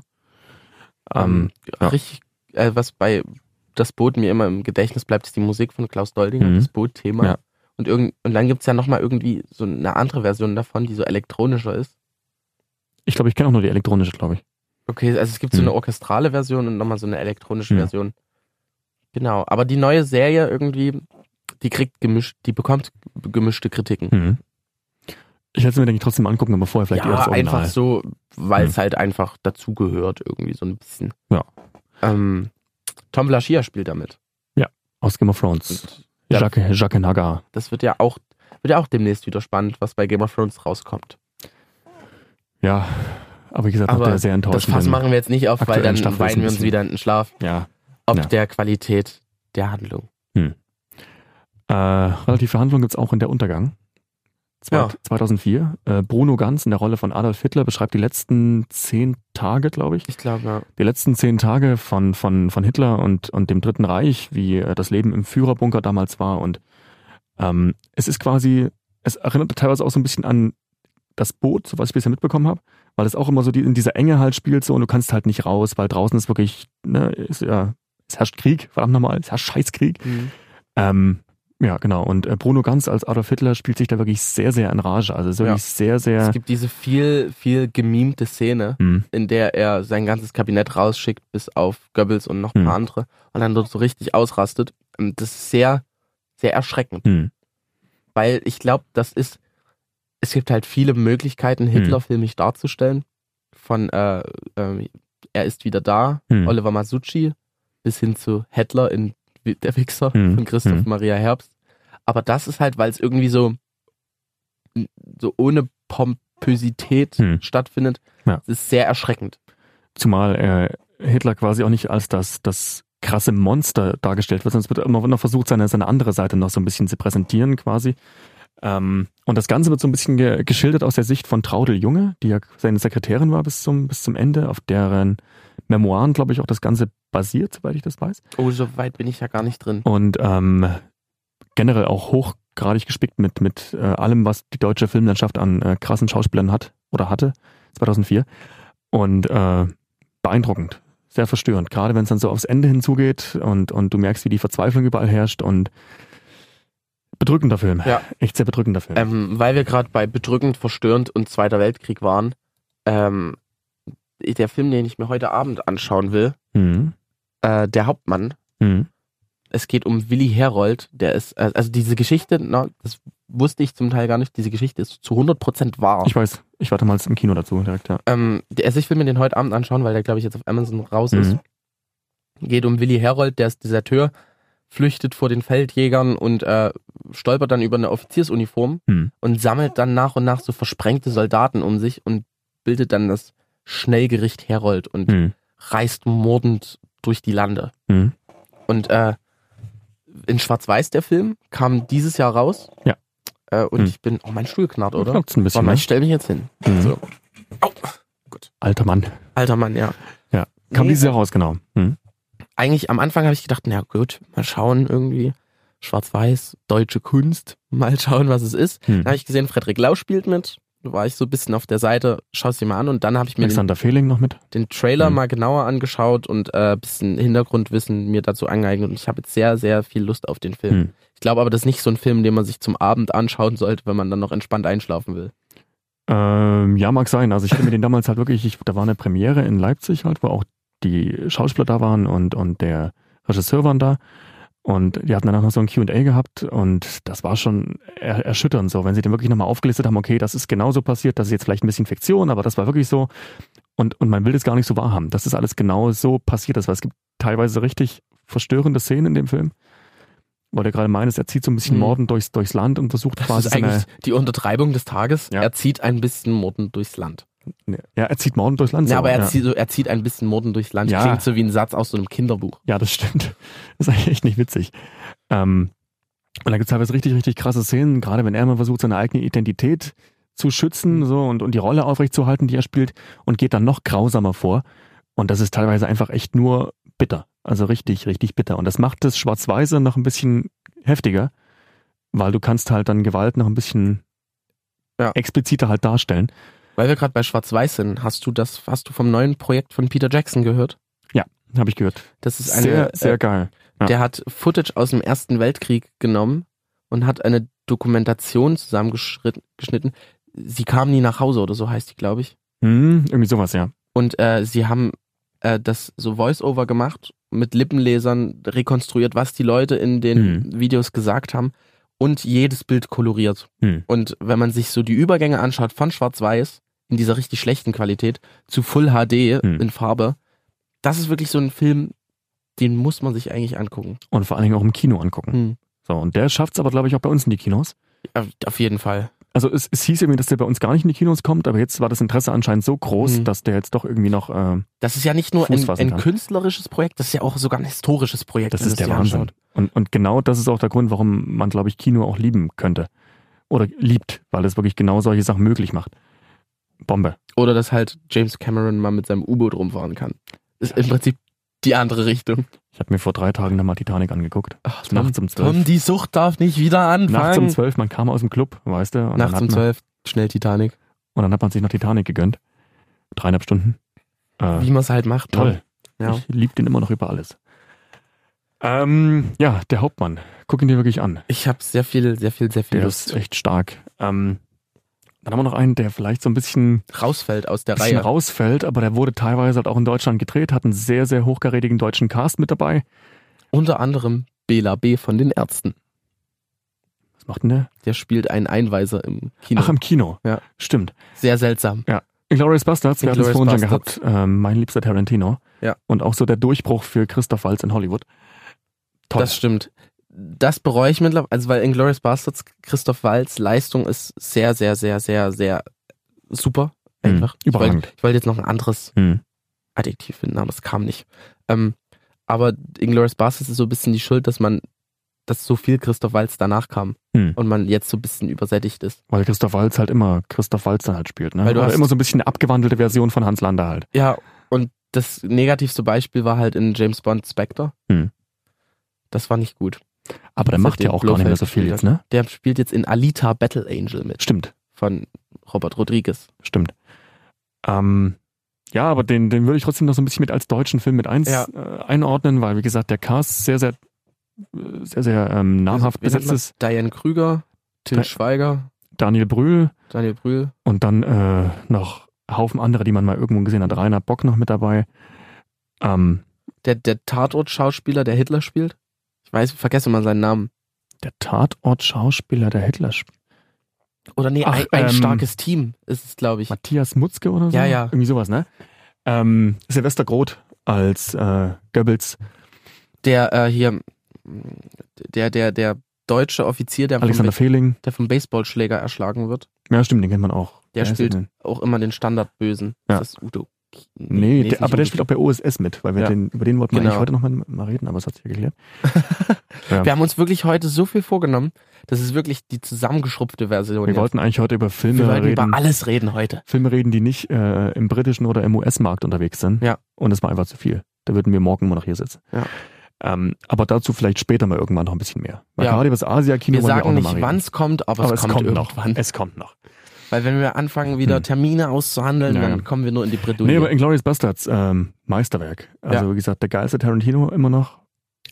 Speaker 2: Ähm, genau. ja.
Speaker 1: Richtig, äh, was bei das Boot mir immer im Gedächtnis bleibt, ist die Musik von Klaus Doldinger,
Speaker 2: Mhm.
Speaker 1: das Boot-Thema.
Speaker 2: Ja.
Speaker 1: Und, irgend, und dann gibt es ja nochmal irgendwie so eine andere Version davon, die so elektronischer ist.
Speaker 2: ich glaube, ich kenne auch nur die elektronische, glaube ich.
Speaker 1: Okay, also es gibt so
Speaker 2: Mhm.
Speaker 1: eine orchestrale Version und nochmal so eine elektronische
Speaker 2: Ja.
Speaker 1: Version. Genau, aber die neue Serie irgendwie, die kriegt gemischt, die bekommt gemischte Kritiken.
Speaker 2: Mhm. Ich hätte es mir, denke ich, trotzdem mal angucken, aber vorher Hm, vielleicht eher
Speaker 1: ja,
Speaker 2: das Original. Hm.
Speaker 1: einfach so, weil es halt einfach dazugehört, irgendwie so ein bisschen.
Speaker 2: Ja.
Speaker 1: Ähm, Tom Blaschia spielt damit.
Speaker 2: Aus Game of Thrones.
Speaker 1: Und ja.
Speaker 2: Jacques, Jacques Naga.
Speaker 1: das wird ja auch, wird ja auch demnächst wieder spannend, was bei Game of Thrones rauskommt.
Speaker 2: Ja, aber wie gesagt, nach
Speaker 1: Aber
Speaker 2: der sehr
Speaker 1: Das Fass
Speaker 2: enttäuschenden.
Speaker 1: machen wir jetzt nicht auf, weil
Speaker 2: aktuellen
Speaker 1: dann
Speaker 2: Staffel ist
Speaker 1: weinen
Speaker 2: ein
Speaker 1: wir uns
Speaker 2: bisschen-
Speaker 1: wieder in den Schlaf,
Speaker 2: Ja,
Speaker 1: ob
Speaker 2: Ja.
Speaker 1: der Qualität der Handlung.
Speaker 2: Äh, relativ Verhandlung gibt's auch in Der Untergang. Zwei,
Speaker 1: Ja.
Speaker 2: 2004. Äh, Bruno Ganz in der Rolle von Adolf Hitler beschreibt die letzten zehn Tage, glaube ich.
Speaker 1: Ich glaube, ja.
Speaker 2: Die letzten zehn Tage von, von, von Hitler und, und dem Dritten Reich, wie äh, das Leben im Führerbunker damals war. Und ähm, es ist quasi, es erinnert teilweise auch so ein bisschen an das Boot, so was ich bisher mitbekommen habe, weil es auch immer so die, in dieser Enge halt spielt so und du kannst halt nicht raus, weil draußen ist wirklich, ne, ist, ja, es herrscht Krieg, verdammt nochmal, es herrscht Scheißkrieg.
Speaker 1: Mhm.
Speaker 2: Ähm, ja, genau. Und äh, Bruno Ganz als Adolf Hitler spielt sich da wirklich sehr, sehr in Rage. Also es ist
Speaker 1: Ja.
Speaker 2: wirklich sehr,
Speaker 1: Es
Speaker 2: sehr.
Speaker 1: gibt diese viel, viel gemimte Szene,
Speaker 2: Hm,
Speaker 1: in der er sein ganzes Kabinett rausschickt, bis auf Goebbels und noch ein
Speaker 2: Hm.
Speaker 1: paar andere, und dann dort so richtig ausrastet. Und Das ist sehr, sehr erschreckend,
Speaker 2: hm,
Speaker 1: weil ich glaube, das ist, es gibt halt viele Möglichkeiten, Hitler filmisch darzustellen. Von äh, äh, Er ist wieder da,
Speaker 2: hm,
Speaker 1: Oliver Masucci, bis hin zu Hitler in Wi- Der Wichser
Speaker 2: Hm.
Speaker 1: von Christoph
Speaker 2: Hm.
Speaker 1: Maria Herbst. Aber das ist halt, weil es irgendwie so, so ohne Pompösität
Speaker 2: Hm.
Speaker 1: stattfindet,
Speaker 2: Ja.
Speaker 1: es ist sehr erschreckend.
Speaker 2: Zumal äh, Hitler quasi auch nicht als das, das krasse Monster dargestellt wird, sondern es wird immer noch versucht, seine, seine andere Seite noch so ein bisschen zu präsentieren quasi. Ähm, und das Ganze wird so ein bisschen ge geschildert aus der Sicht von Traudel Junge, die ja seine Sekretärin war bis zum, bis zum Ende, auf deren Memoiren, glaube ich, auch das Ganze basiert, soweit ich das weiß.
Speaker 1: Oh, so weit bin ich ja gar nicht drin.
Speaker 2: und ähm, generell auch hochgradig gespickt mit, mit äh, allem, was die deutsche Filmlandschaft an äh, krassen Schauspielern hat oder hatte 2004. Und äh, beeindruckend, sehr verstörend, gerade wenn es dann so aufs Ende hinzugeht und, und du merkst, wie die Verzweiflung überall herrscht und bedrückender Film,
Speaker 1: Ja.
Speaker 2: echt sehr bedrückender Film.
Speaker 1: Ähm, weil wir gerade bei bedrückend, verstörend und Zweiter Weltkrieg waren, ähm, der Film, den ich mir heute Abend anschauen will,
Speaker 2: Mhm.
Speaker 1: äh, Der Hauptmann,
Speaker 2: Mhm.
Speaker 1: es geht um Willi Herold, der ist, äh, also diese Geschichte, na, das wusste ich zum Teil gar nicht, diese Geschichte ist zu 100% wahr.
Speaker 2: Ich weiß, ich war damals im Kino dazu direkt, ja.
Speaker 1: Ähm, der- also ich will mir den heute Abend anschauen, weil der, glaube ich, jetzt auf Amazon raus ist.
Speaker 2: Mhm.
Speaker 1: Geht um Willi Herold, der ist Deserteur, flüchtet vor den Feldjägern und äh, stolpert dann über eine Offiziersuniform
Speaker 2: Mhm.
Speaker 1: und sammelt dann nach und nach so versprengte Soldaten um sich und bildet dann das Schnellgericht Herold und
Speaker 2: Mhm.
Speaker 1: reist mordend durch die Lande.
Speaker 2: Mhm.
Speaker 1: Und äh, in Schwarz-Weiß der Film kam dieses Jahr raus.
Speaker 2: Ja.
Speaker 1: Äh, und
Speaker 2: Mhm.
Speaker 1: ich bin, oh mein Stuhl knarrt, oder?
Speaker 2: Knackt's ein bisschen,
Speaker 1: Warte mal,
Speaker 2: ne?
Speaker 1: ich stell mich jetzt hin.
Speaker 2: Mhm.
Speaker 1: So. Au.
Speaker 2: Alter Mann.
Speaker 1: Alter Mann, ja.
Speaker 2: Ja. Kam
Speaker 1: Nee.
Speaker 2: dieses Jahr raus, genau. Mhm.
Speaker 1: eigentlich am Anfang habe ich gedacht, na gut, mal schauen irgendwie. Schwarz-Weiß, deutsche Kunst, mal schauen, was es ist.
Speaker 2: Mhm.
Speaker 1: Dann habe ich gesehen, Frederik Lau spielt mit. Da war ich so ein bisschen auf der Seite, schau es dir mal an. Und dann habe ich mir den,
Speaker 2: Alexander Fehling noch mit.
Speaker 1: den Trailer
Speaker 2: Mhm.
Speaker 1: mal genauer angeschaut und äh, ein bisschen Hintergrundwissen mir dazu angeeignet. Und ich habe jetzt sehr, sehr viel Lust auf den Film.
Speaker 2: Mhm.
Speaker 1: Ich glaube aber, das ist nicht so ein Film, den man sich zum Abend anschauen sollte, wenn man dann noch entspannt einschlafen will.
Speaker 2: Ähm, ja, mag sein. Also ich hatte mir den damals halt wirklich, ich, da war eine Premiere in Leipzig halt, wo auch die Schauspieler da waren und, und der Regisseur waren da. Und die hatten danach noch so ein Q&A gehabt und das war schon er, erschütternd so, wenn sie den wirklich nochmal aufgelistet haben, okay, das ist genauso passiert, das ist jetzt vielleicht ein bisschen Fiktion, aber das war wirklich so und, und man will das gar nicht so wahrhaben, dass das alles genau so passiert ist, weil es gibt teilweise richtig verstörende Szenen in dem Film, weil er gerade meint, er zieht so ein bisschen
Speaker 1: Mhm.
Speaker 2: morden durchs, durchs Land und versucht
Speaker 1: Das
Speaker 2: quasi
Speaker 1: ist
Speaker 2: seine-
Speaker 1: Also eigentlich die Untertreibung des Tages.
Speaker 2: Ja.
Speaker 1: Er zieht ein bisschen morden durchs Land.
Speaker 2: Ja, er zieht Morden durchs Land.
Speaker 1: Ja,
Speaker 2: so,
Speaker 1: aber er,
Speaker 2: ja.
Speaker 1: zieht, so, er zieht ein bisschen Morden durchs Land.
Speaker 2: Ja.
Speaker 1: Klingt so wie ein Satz aus so einem Kinderbuch.
Speaker 2: ja, das stimmt. Das ist eigentlich echt nicht witzig. Ähm, und da gibt es teilweise richtig, richtig krasse Szenen, gerade wenn er mal versucht, seine eigene Identität zu
Speaker 1: Mhm.
Speaker 2: schützen so, und, und die Rolle aufrechtzuerhalten, die er spielt, und geht dann noch grausamer vor. Und das ist teilweise einfach echt nur bitter. Also richtig, richtig bitter. Und das macht das Schwarz-Weiße noch ein bisschen heftiger, weil du kannst halt dann Gewalt noch ein bisschen
Speaker 1: Ja.
Speaker 2: expliziter halt darstellen.
Speaker 1: Weil wir gerade bei Schwarz-Weiß sind, hast du das, hast du vom neuen Projekt von Peter Jackson gehört?
Speaker 2: Habe ich gehört.
Speaker 1: Das ist eine,
Speaker 2: Sehr, sehr geil. ja.
Speaker 1: äh, der hat Footage aus dem Ersten Weltkrieg genommen und hat eine Dokumentation zusammengeschnitten. Sie kamen nie nach Hause oder so heißt die, glaube ich.
Speaker 2: Hm, irgendwie sowas, ja.
Speaker 1: Und äh, sie haben äh, das so Voice-Over
Speaker 2: Mhm.
Speaker 1: gemacht, mit Lippenlesern rekonstruiert, was die Leute in den Videos gesagt haben. und jedes Bild koloriert.
Speaker 2: Hm.
Speaker 1: Und wenn man sich so die Übergänge anschaut von Schwarz-Weiß in dieser richtig schlechten Qualität zu Full HD
Speaker 2: Hm.
Speaker 1: in Farbe, das ist wirklich so ein Film, den muss man sich eigentlich angucken.
Speaker 2: Und vor allen Dingen auch im Kino angucken.
Speaker 1: Hm.
Speaker 2: So, und der schafft es aber, glaube ich, auch bei uns in die Kinos.
Speaker 1: Auf- Auf jeden Fall.
Speaker 2: Also es, es hieß irgendwie, dass der bei uns gar nicht in die Kinos kommt, aber jetzt war das Interesse anscheinend so groß,
Speaker 1: Hm.
Speaker 2: dass der jetzt doch irgendwie noch. Äh,
Speaker 1: Das ist ja nicht nur
Speaker 2: Fuß
Speaker 1: ein,
Speaker 2: fassen
Speaker 1: ein
Speaker 2: kann.
Speaker 1: künstlerisches Projekt, das ist ja auch sogar ein historisches Projekt.
Speaker 2: das
Speaker 1: wenn
Speaker 2: ist
Speaker 1: man
Speaker 2: der
Speaker 1: sich
Speaker 2: Wahnsinn.
Speaker 1: anschaut.
Speaker 2: Und, und genau das ist auch der Grund, warum man, glaube ich, Kino auch lieben könnte. Oder liebt, weil es wirklich genau solche Sachen möglich macht. Bombe.
Speaker 1: Oder dass halt James Cameron mal mit seinem U-Boot rumfahren kann. Ist im Prinzip die andere Richtung.
Speaker 2: Ich habe mir vor drei Tagen nochmal Titanic angeguckt.
Speaker 1: Ach, Tom,
Speaker 2: Nachts um zwölf.
Speaker 1: Tom, die Sucht darf nicht wieder anfangen.
Speaker 2: Nachts um zwölf, man kam aus dem Club, weißt du. Und dann
Speaker 1: Nachts
Speaker 2: hat
Speaker 1: um
Speaker 2: man-
Speaker 1: zwölf, schnell Titanic.
Speaker 2: Und dann hat man sich noch Titanic gegönnt. Dreieinhalb Stunden. Äh,
Speaker 1: Wie man es halt macht. ne?
Speaker 2: toll.
Speaker 1: Ja.
Speaker 2: Ich liebe den immer noch über alles. Ähm, ja, der Hauptmann. Guck ihn dir wirklich an.
Speaker 1: Ich habe sehr viel, sehr viel, sehr viel
Speaker 2: Der
Speaker 1: Lust.
Speaker 2: ist echt stark. Ähm, dann haben wir noch einen, der vielleicht so ein bisschen,
Speaker 1: Rausfällt aus der
Speaker 2: bisschen
Speaker 1: Reihe.
Speaker 2: rausfällt, aber der wurde teilweise halt auch in Deutschland gedreht, hat einen sehr, sehr hochkarätigen deutschen Cast mit dabei.
Speaker 1: Unter anderem Bela B. von den Ärzten.
Speaker 2: Was macht denn der?
Speaker 1: Der spielt einen Einweiser im Kino.
Speaker 2: Ach, im Kino.
Speaker 1: Ja.
Speaker 2: Stimmt.
Speaker 1: sehr seltsam.
Speaker 2: Inglourious Bastards, wir hatten es
Speaker 1: Inglourious
Speaker 2: vorhin schon
Speaker 1: Basterds.
Speaker 2: gehabt. Ähm, mein liebster Tarantino.
Speaker 1: Ja.
Speaker 2: Und auch so der Durchbruch für Christoph Waltz in Hollywood. Toll.
Speaker 1: Das stimmt. Das bereue ich mittlerweile, also weil Inglourious Bastards Christoph Walz Leistung ist sehr, sehr, sehr, sehr, sehr super.
Speaker 2: Mhm.
Speaker 1: Einfach. Ich wollte-
Speaker 2: Überragend.
Speaker 1: Ich wollte jetzt noch ein anderes
Speaker 2: Hm.
Speaker 1: Adjektiv finden, aber es kam nicht. Ähm, aber Inglourious Bastards ist so ein bisschen die Schuld, dass man, dass so viel Christoph Walz danach kam
Speaker 2: Hm.
Speaker 1: und man jetzt so ein bisschen übersättigt ist.
Speaker 2: Weil Christoph Walz halt immer Christoph Walz dann halt spielt, ne?
Speaker 1: Weil du
Speaker 2: Oder
Speaker 1: hast-
Speaker 2: immer so ein bisschen eine abgewandelte Version von Hans Lander halt.
Speaker 1: Ja, und das negativste Beispiel war halt in James Bond Spectre.
Speaker 2: Hm.
Speaker 1: Das war nicht gut.
Speaker 2: Aber der
Speaker 1: Das
Speaker 2: macht
Speaker 1: hat
Speaker 2: ja
Speaker 1: den
Speaker 2: auch gar nicht mehr so viel
Speaker 1: Blofeld
Speaker 2: jetzt, ne?
Speaker 1: Der spielt jetzt in Alita Battle Angel mit
Speaker 2: Stimmt,
Speaker 1: von Robert Rodriguez.
Speaker 2: stimmt. Ähm, ja, aber den, den würde ich trotzdem noch so ein bisschen mit als deutschen Film mit eins,
Speaker 1: Ja.
Speaker 2: äh, einordnen, weil wie gesagt, der Cast sehr, sehr, äh, sehr, sehr ähm,
Speaker 1: Also,
Speaker 2: namhaft
Speaker 1: Wie nennt
Speaker 2: besetzt
Speaker 1: man-
Speaker 2: ist.
Speaker 1: Diane Krüger, Till
Speaker 2: Da-
Speaker 1: Schweiger,
Speaker 2: Daniel Brühl
Speaker 1: Daniel Brühl.
Speaker 2: und dann äh, noch Haufen andere, die man mal irgendwo gesehen hat. Rainer Bock noch mit dabei. Ähm,
Speaker 1: Der, der Tatort-Schauspieler, der Hitler spielt. Ich weiß, vergesse mal seinen Namen.
Speaker 2: der Tatort-Schauspieler, der Hitler spielt.
Speaker 1: Oder nee,
Speaker 2: Ach,
Speaker 1: ein, ein
Speaker 2: ähm,
Speaker 1: starkes Team ist es, glaube ich.
Speaker 2: Matthias Mutzke oder so?
Speaker 1: Ja, ja.
Speaker 2: Irgendwie sowas, ne? Ähm, Silvester Groth als äh, Goebbels.
Speaker 1: Der äh, hier, mh, der, der, der deutsche Offizier, der vom,
Speaker 2: Alexander Fehling.
Speaker 1: der vom Baseballschläger erschlagen wird,
Speaker 2: Ja, stimmt, den kennt man auch.
Speaker 1: Der
Speaker 2: Wer ist
Speaker 1: spielt-
Speaker 2: denn?
Speaker 1: auch immer den Standardbösen.
Speaker 2: Ja.
Speaker 1: Ist das Udo?
Speaker 2: Nee, der,
Speaker 1: ist
Speaker 2: aber der
Speaker 1: nicht
Speaker 2: spielt auch bei OSS mit, weil wir
Speaker 1: Ja.
Speaker 2: den, über den wollten wir
Speaker 1: Genau.
Speaker 2: eigentlich heute noch mal, mal reden, aber es hat sich ja geklärt.
Speaker 1: Wir haben uns wirklich heute so viel vorgenommen, das ist wirklich die zusammengeschrumpfte Version.
Speaker 2: Wir
Speaker 1: jetzt.
Speaker 2: wollten eigentlich heute über Filme
Speaker 1: Oh wir wollten
Speaker 2: reden.
Speaker 1: über alles reden heute.
Speaker 2: Filme reden, die nicht äh, im britischen oder im US-Markt unterwegs sind.
Speaker 1: Ja.
Speaker 2: Und das war einfach zu viel. Da würden wir morgen immer noch hier sitzen.
Speaker 1: Ja.
Speaker 2: Ähm, aber dazu vielleicht später mal irgendwann noch ein bisschen mehr. Weil
Speaker 1: Ja.
Speaker 2: gerade über das Asia-Kino
Speaker 1: Wir
Speaker 2: wollen wir auch
Speaker 1: sagen
Speaker 2: noch mal
Speaker 1: nicht,
Speaker 2: reden.
Speaker 1: wann es kommt, aber,
Speaker 2: aber
Speaker 1: es kommt,
Speaker 2: noch.
Speaker 1: irgendwann.
Speaker 2: Es kommt noch.
Speaker 1: Weil wenn wir anfangen, wieder
Speaker 2: Hm.
Speaker 1: Termine auszuhandeln,
Speaker 2: Ja, ja.
Speaker 1: dann kommen wir nur in die Bredouille.
Speaker 2: Nee, aber Inglourious Bastards, ähm, Meisterwerk. Also wie gesagt, der geilste Tarantino immer noch.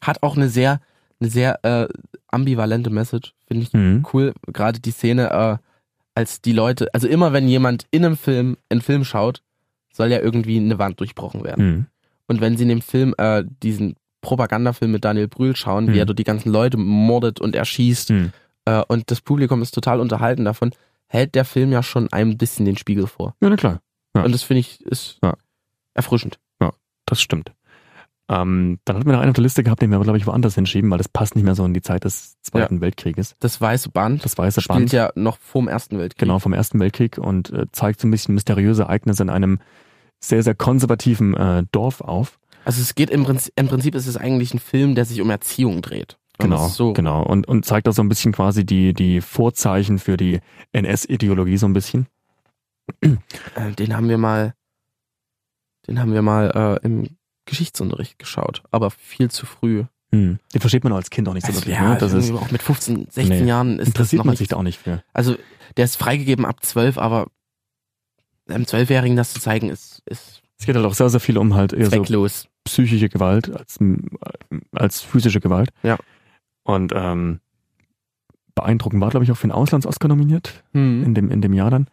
Speaker 1: Hat auch eine sehr, eine sehr äh, ambivalente Message, finde ich cool. Gerade die Szene, äh, als die Leute, also immer wenn jemand in einem Film einen Film schaut, soll ja irgendwie eine Wand durchbrochen werden.
Speaker 2: Mhm.
Speaker 1: Und wenn sie in dem Film äh, diesen Propagandafilm mit Daniel Brühl schauen,
Speaker 2: Mhm.
Speaker 1: wie er dort die ganzen Leute mordet und erschießt
Speaker 2: Mhm.
Speaker 1: äh, und das Publikum ist total unterhalten davon, hält der Film ja schon ein bisschen den Spiegel vor.
Speaker 2: Ja, na klar, Ja.
Speaker 1: Und das finde ich ist
Speaker 2: Ja.
Speaker 1: erfrischend.
Speaker 2: das stimmt. Ähm, dann hatten wir noch einen auf der Liste gehabt, den wir aber, glaube ich, woanders hinschieben, weil das passt nicht mehr so in die Zeit des Zweiten Weltkrieges.
Speaker 1: Das Weiße Band
Speaker 2: Das weiße
Speaker 1: spielt
Speaker 2: Band,
Speaker 1: ja noch vor dem Ersten Weltkrieg.
Speaker 2: genau, vom Ersten Weltkrieg und äh, zeigt so ein bisschen mysteriöse Ereignisse in einem sehr, sehr konservativen äh, Dorf auf.
Speaker 1: Also es geht im Prinzip, im Prinzip ist es eigentlich ein Film, der sich um Erziehung dreht. Wenn man
Speaker 2: Genau,
Speaker 1: es so
Speaker 2: genau. Und, und zeigt da so ein bisschen quasi die, die Vorzeichen für die NS-Ideologie so ein bisschen.
Speaker 1: Äh, den haben wir mal, den haben wir mal äh, im Geschichtsunterricht geschaut, aber viel zu früh. Also,
Speaker 2: Mhm. Den versteht man als Kind auch nicht so wirklich. ne? das ist,
Speaker 1: Hm. irgendwie auch mit 15, 16
Speaker 2: Nee.
Speaker 1: Jahren ist das
Speaker 2: interessiert
Speaker 1: noch
Speaker 2: man
Speaker 1: nicht,
Speaker 2: sich da auch nicht für.
Speaker 1: Also der ist freigegeben ab 12, aber einem Zwölfjährigen das zu zeigen ist, ist
Speaker 2: Es geht halt auch sehr, sehr viel um halt eher so
Speaker 1: zwecklos.
Speaker 2: psychische Gewalt als, als physische Gewalt.
Speaker 1: Ja.
Speaker 2: Und ähm, beeindruckend war, glaube ich, auch für den Auslands-Oscar nominiert
Speaker 1: Mhm.
Speaker 2: in dem, in dem Jahr dann.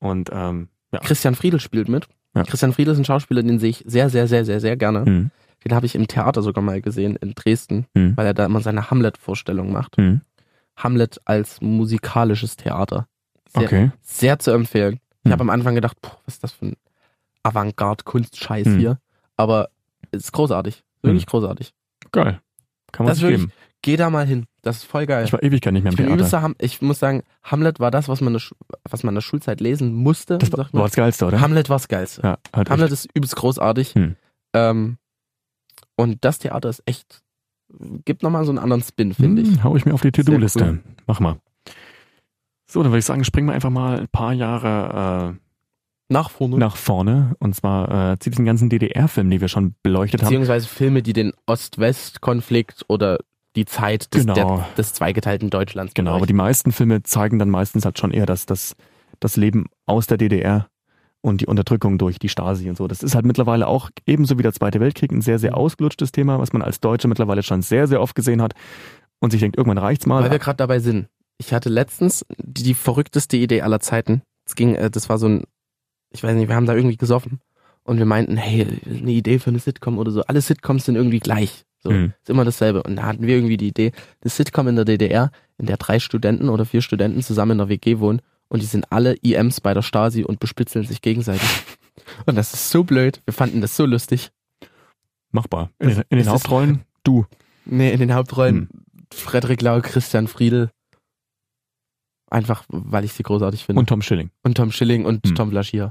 Speaker 2: Und ähm, ja.
Speaker 1: Christian Friedel spielt mit.
Speaker 2: Ja.
Speaker 1: Christian Friedel ist ein Schauspieler, den sehe ich sehr, sehr, sehr, sehr, sehr gerne.
Speaker 2: Mhm.
Speaker 1: Den habe ich im Theater sogar mal gesehen in Dresden,
Speaker 2: Mhm.
Speaker 1: weil er da immer seine Hamlet-Vorstellung macht.
Speaker 2: Mhm.
Speaker 1: Hamlet als musikalisches Theater. Sehr,
Speaker 2: Okay.
Speaker 1: sehr zu empfehlen. Ich
Speaker 2: Hm.
Speaker 1: habe am Anfang gedacht, puh, was ist das für ein Avantgarde-Kunstscheiß
Speaker 2: Hm.
Speaker 1: hier. Aber es ist großartig. Wirklich großartig.
Speaker 2: Geil. Kann man
Speaker 1: Das
Speaker 2: sich
Speaker 1: ist wirklich
Speaker 2: geben.
Speaker 1: Geh da mal hin. Das ist voll geil.
Speaker 2: Ich war Ewigkeit nicht mehr im
Speaker 1: Ich, bin
Speaker 2: Theater.
Speaker 1: übelster Ham ich muss sagen, Hamlet war das, was man, in der Schu- was man in der Schulzeit lesen musste.
Speaker 2: Das war
Speaker 1: sagt man.
Speaker 2: das Geilste, oder?
Speaker 1: Hamlet war das Geilste.
Speaker 2: ja, halt echt.
Speaker 1: Hamlet ist übelst großartig.
Speaker 2: Hm.
Speaker 1: Ähm, und das Theater ist echt, gibt nochmal so einen anderen Spin, finde ich.
Speaker 2: Hm, Hau ich mir auf die To-Do-Liste.
Speaker 1: Sehr cool.
Speaker 2: Mach mal. So, dann würde ich sagen, springen wir einfach mal ein paar Jahre
Speaker 1: Nach
Speaker 2: äh,
Speaker 1: vorne.
Speaker 2: nach vorne. Und zwar äh, zu diesen ganzen DDR-Filmen, die wir schon beleuchtet haben.
Speaker 1: Beziehungsweise Filme, die den Ost-West-Konflikt oder die Zeit des,
Speaker 2: Genau.
Speaker 1: der, des zweigeteilten Deutschlands
Speaker 2: Genau, aber
Speaker 1: beleuchten.
Speaker 2: die meisten Filme zeigen dann meistens halt schon eher das, das, das Leben aus der DDR und die Unterdrückung durch die Stasi und so. Das ist halt mittlerweile auch ebenso wie der Zweite Weltkrieg ein sehr,
Speaker 1: Mhm.
Speaker 2: sehr ausgelutschtes Thema, was man als Deutsche mittlerweile schon sehr, sehr oft gesehen hat und sich denkt, irgendwann reicht's mal.
Speaker 1: Weil wir gerade dabei sind. Ich hatte letztens die, die verrückteste Idee aller Zeiten. Es ging, äh, das war so ein, ich weiß nicht, wir haben da irgendwie gesoffen und wir meinten, hey, eine Idee für eine Sitcom oder so. Alle Sitcoms sind irgendwie gleich. So,
Speaker 2: Mhm.
Speaker 1: ist immer dasselbe. Und da hatten wir irgendwie die Idee, eine Sitcom in der DDR, in der drei Studenten oder vier Studenten zusammen in der WG wohnen und die sind alle IMs bei der Stasi und bespitzeln sich gegenseitig. Und das ist so blöd. Wir fanden das so lustig.
Speaker 2: Machbar. In, den- in
Speaker 1: Es
Speaker 2: den
Speaker 1: ist-
Speaker 2: Hauptrollen du.
Speaker 1: Nee, in den
Speaker 2: Hm.
Speaker 1: Hauptrollen Frederik Lau, Christian Friedel. Einfach, weil ich sie großartig finde.
Speaker 2: und Tom Schilling.
Speaker 1: Und Tom Schilling und
Speaker 2: Hm.
Speaker 1: Tom Blaschier.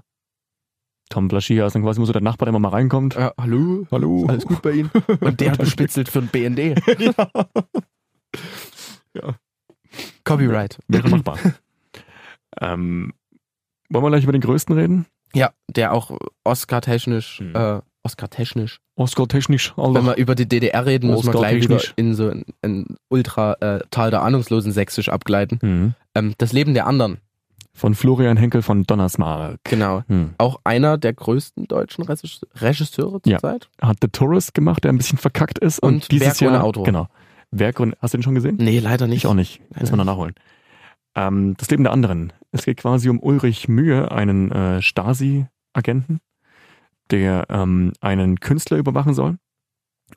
Speaker 2: Tom Blaschier ist dann quasi nur so der Nachbar, der immer mal reinkommt.
Speaker 1: Ja, Äh, hallo?
Speaker 2: Hallo.
Speaker 1: gut bei Ihnen? Und der bespitzelt für den BND. Copyright.
Speaker 2: Wäre machbar. ähm, wollen wir gleich über den Größten reden?
Speaker 1: Ja, der auch Oscar-technisch,
Speaker 2: Hm.
Speaker 1: äh, Oscar-technisch.
Speaker 2: Oscar technisch.
Speaker 1: Wenn wir über die DDR reden, muss man gleich wieder
Speaker 2: Oscar-technisch.
Speaker 1: in so ein, ein ultra äh, Tal der ahnungslosen Sächsisch abgleiten.
Speaker 2: Mhm.
Speaker 1: Ähm, das Leben der anderen,
Speaker 2: Von Florian Henkel von Donnersmark.
Speaker 1: genau.
Speaker 2: Hm.
Speaker 1: Auch einer der größten deutschen Regisse- Regisseure zur
Speaker 2: Ja.
Speaker 1: Zeit.
Speaker 2: Hat The Tourist gemacht, der ein bisschen verkackt ist. Und,
Speaker 1: Und Werk
Speaker 2: dieses
Speaker 1: ohne
Speaker 2: Jahr,
Speaker 1: Auto.
Speaker 2: Genau. Werk und, hast du den schon gesehen?
Speaker 1: Nee, leider nicht.
Speaker 2: Ich auch nicht.
Speaker 1: Leider
Speaker 2: Müssen wir noch nachholen. Ähm, das Leben der anderen. Es geht quasi um Ulrich Mühe, einen äh, Stasi-Agenten, der ähm, einen Künstler überwachen soll.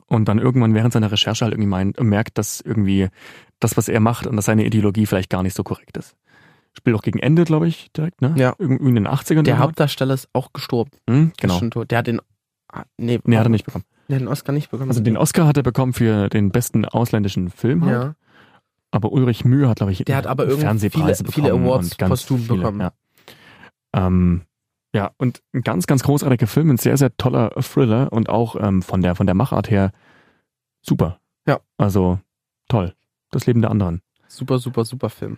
Speaker 2: Und dann irgendwann während seiner Recherche halt irgendwie meint, merkt, dass irgendwie das, was er macht und dass seine Ideologie vielleicht gar nicht so korrekt ist. Spielt auch gegen Ende, glaube ich, direkt, ne?
Speaker 1: Ja.
Speaker 2: Irgendwie in den 80ern.
Speaker 1: Der
Speaker 2: irgendwann.
Speaker 1: Hauptdarsteller ist auch gestorben.
Speaker 2: Hm,
Speaker 1: Der ist
Speaker 2: genau.
Speaker 1: schon tot. Der hat den. ah, Nee,
Speaker 2: Nee, hat er nicht bekommen.
Speaker 1: Der hat den Oscar nicht bekommen.
Speaker 2: Also den Oscar hat er bekommen für den besten ausländischen Film. Halt.
Speaker 1: Ja.
Speaker 2: Aber Ulrich Mühe hat, glaube ich,
Speaker 1: Der hat aber irgendwie
Speaker 2: Fernsehpreise
Speaker 1: viele- viele
Speaker 2: bekommen
Speaker 1: Awards
Speaker 2: und ganz
Speaker 1: posthum
Speaker 2: viele,
Speaker 1: bekommen.
Speaker 2: Ja. Ähm, ja, und ein ganz, ganz großartiger Film, ein sehr, sehr toller Thriller und auch ähm, von, der, von der Machart her super.
Speaker 1: Ja.
Speaker 2: Also toll. Das Leben der anderen.
Speaker 1: Super, super, super Film.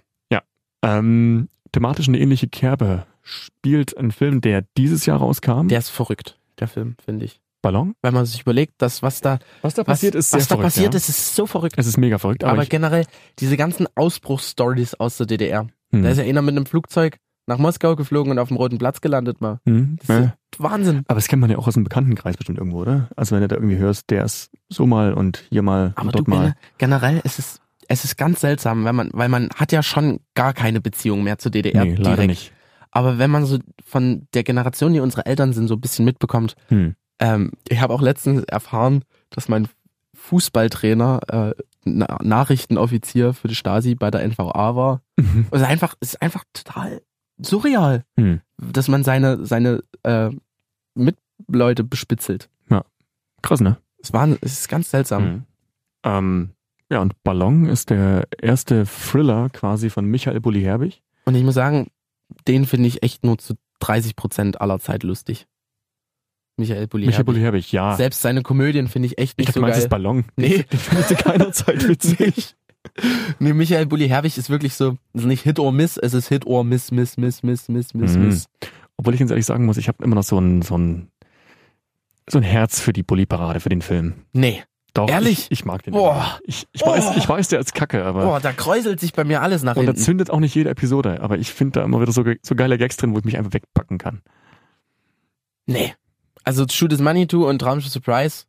Speaker 2: Ähm, thematisch eine ähnliche Kerbe spielt ein Film, der dieses Jahr rauskam.
Speaker 1: Der ist verrückt, der Film, finde ich.
Speaker 2: Ballon.
Speaker 1: Wenn man sich überlegt, dass was da,
Speaker 2: Was da
Speaker 1: was,
Speaker 2: passiert ist sehr
Speaker 1: was da
Speaker 2: verrückt,
Speaker 1: passiert
Speaker 2: ja.
Speaker 1: ist, ist so verrückt.
Speaker 2: Es ist mega verrückt, aber,
Speaker 1: Aber
Speaker 2: ich,
Speaker 1: generell, diese ganzen Ausbruchsstories aus der DDR.
Speaker 2: hm,
Speaker 1: Da ist ja einer mit einem Flugzeug nach Moskau geflogen und auf dem Roten Platz gelandet mal.
Speaker 2: hm,
Speaker 1: Das ist Wahnsinn.
Speaker 2: Aber das kennt man ja auch aus dem Bekanntenkreis bestimmt irgendwo, oder? Also wenn du da irgendwie hörst, der ist so mal und hier mal
Speaker 1: Aber
Speaker 2: und
Speaker 1: du,
Speaker 2: dort mal.
Speaker 1: gener- generell, es ist, es ist ganz seltsam, wenn man, weil man hat ja schon gar keine Beziehung mehr zur DDR
Speaker 2: nee, leider
Speaker 1: direkt.
Speaker 2: nicht.
Speaker 1: Aber wenn man so von der Generation, die unsere Eltern sind, so ein bisschen mitbekommt,
Speaker 2: Hm.
Speaker 1: Ähm, ich habe auch letztens erfahren, dass mein Fußballtrainer äh, Na Nachrichtenoffizier für die Stasi bei der NVA war.
Speaker 2: Mhm.
Speaker 1: Also einfach, es ist einfach total surreal,
Speaker 2: Hm.
Speaker 1: dass man seine, seine äh, Mitleute bespitzelt.
Speaker 2: Krass, ne?
Speaker 1: Es, war, es ist ganz seltsam.
Speaker 2: Mhm. Ähm, ja, und Ballon ist der erste Thriller quasi von Michael Bulli-Herbig.
Speaker 1: Und ich muss sagen, den finde ich echt nur zu 30 Prozent aller Zeit lustig. Michael Bulli.
Speaker 2: Michael Bulli-Herbig, ja.
Speaker 1: Selbst seine Komödien finde ich echt
Speaker 2: ich
Speaker 1: nicht so
Speaker 2: dachte, du meinst
Speaker 1: geil.
Speaker 2: das Ballon.
Speaker 1: Nee.
Speaker 2: Den findest du keinerzeit witzig.
Speaker 1: Nee, Michael Bulli Herwig ist wirklich so, es ist nicht Hit or Miss, es ist Hit or Miss, Miss, Miss, Miss, Miss, Miss,
Speaker 2: Mhm.
Speaker 1: Miss.
Speaker 2: Obwohl ich ganz ehrlich sagen muss, ich habe immer noch so ein, so ein, so ein Herz für die Bulli-Parade, für den Film.
Speaker 1: Nee.
Speaker 2: Doch.
Speaker 1: Ehrlich?
Speaker 2: Ich, ich mag den.
Speaker 1: Boah.
Speaker 2: Ich, ich, weiß,
Speaker 1: Boah.
Speaker 2: ich weiß, der ist kacke, aber.
Speaker 1: Boah, da kräuselt sich bei mir alles nach
Speaker 2: Und da
Speaker 1: hinten.
Speaker 2: zündet auch nicht jede Episode, aber ich finde da immer wieder so, ge- so geile Gags drin, wo ich mich einfach wegpacken kann.
Speaker 1: nee. Also Shoot is Money Too und Traumschiff Surprise,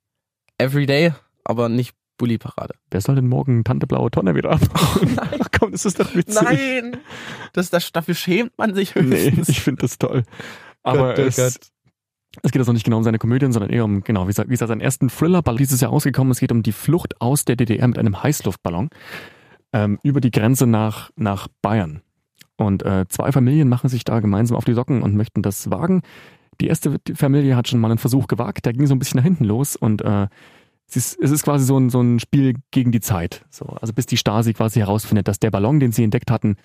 Speaker 1: every day, aber nicht Bulli Parade.
Speaker 2: Wer soll denn morgen Tante Blaue Tonne wieder abhauen?
Speaker 1: nein.
Speaker 2: Ach komm, das ist doch witzig.
Speaker 1: Nein! Das, das, dafür schämt man sich
Speaker 2: Nee,
Speaker 1: höchstens.
Speaker 2: ich finde das toll. Aber
Speaker 1: Gott, oh
Speaker 2: es,
Speaker 1: Gott.
Speaker 2: es geht also nicht genau um seine Komödien, sondern eher um, genau, wie gesagt, wie gesagt seinen ersten Thriller, Ball dieses Jahr rausgekommen. Es geht um die Flucht aus der DDR mit einem Heißluftballon. ähm, über die Grenze nach, nach Bayern. Und äh, zwei Familien machen sich da gemeinsam auf die Socken und möchten das wagen. Die erste Familie hat schon mal einen Versuch gewagt, der ging so ein bisschen nach hinten los und äh, es, ist, es ist quasi so ein, so ein Spiel gegen die Zeit. So, also bis die Stasi quasi herausfindet, dass der Ballon, den sie entdeckt hatten,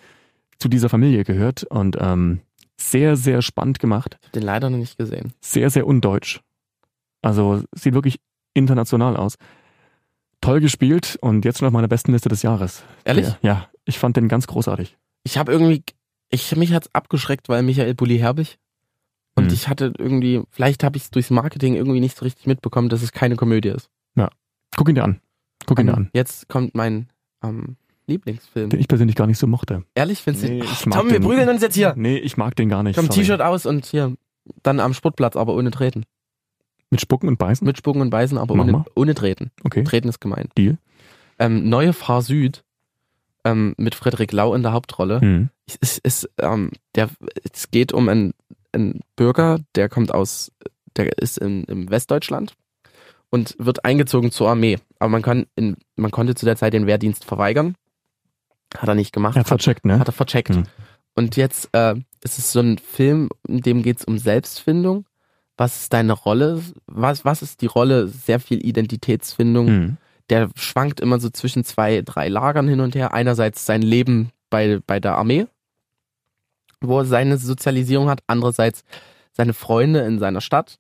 Speaker 2: zu dieser Familie gehört. Und ähm, sehr, sehr spannend gemacht.
Speaker 1: Ich hab den leider noch nicht gesehen.
Speaker 2: Sehr, sehr undeutsch. Also sieht wirklich international aus. Toll gespielt und jetzt schon auf meiner besten Liste des Jahres.
Speaker 1: Ehrlich?
Speaker 2: Ja, ja ich fand den ganz großartig.
Speaker 1: Ich habe irgendwie, ich mich hat's abgeschreckt, weil Michael Bulli Herbig und
Speaker 2: Hm.
Speaker 1: ich hatte irgendwie, vielleicht habe ich es durchs Marketing irgendwie nicht so richtig mitbekommen, dass es keine Komödie ist.
Speaker 2: Guck ihn dir an. Guck ihn dir an.
Speaker 1: Jetzt kommt mein ähm, Lieblingsfilm.
Speaker 2: Den ich persönlich gar nicht so mochte.
Speaker 1: Ehrlich, findest
Speaker 2: Nee,
Speaker 1: du?
Speaker 2: ich
Speaker 1: Ach,
Speaker 2: mag
Speaker 1: Tom, wir
Speaker 2: den-
Speaker 1: prügeln uns jetzt hier.
Speaker 2: Nee, ich mag den gar nicht.
Speaker 1: Komm,
Speaker 2: sorry.
Speaker 1: T-Shirt aus und hier. Dann am Sportplatz, aber ohne treten.
Speaker 2: Mit Spucken und Beißen?
Speaker 1: Mit Spucken und Beißen, aber
Speaker 2: Mach
Speaker 1: ohne,
Speaker 2: mal.
Speaker 1: ohne treten.
Speaker 2: Okay.
Speaker 1: Treten ist gemein.
Speaker 2: Deal.
Speaker 1: Ähm, neue Fahr Süd ähm, mit Frederik Lau in der Hauptrolle.
Speaker 2: Hm.
Speaker 1: Es, ist- es, ähm, der, es geht um einen, einen Bürger, der kommt aus, der ist in, im Westdeutschland und wird eingezogen zur Armee. Aber man, kann in, man konnte zu der Zeit den Wehrdienst verweigern. Hat er nicht gemacht.
Speaker 2: Er hat vercheckt, ne?
Speaker 1: hat er vercheckt.
Speaker 2: Mhm.
Speaker 1: Und jetzt äh, ist es so ein Film, in dem geht es um Selbstfindung. Was ist deine Rolle? Was, was ist die Rolle? Sehr viel Identitätsfindung
Speaker 2: Hm.
Speaker 1: der schwankt immer so zwischen zwei, drei Lagern hin und her. Einerseits sein Leben bei, bei der Armee, wo er seine Sozialisierung hat. Andererseits seine Freunde in seiner Stadt,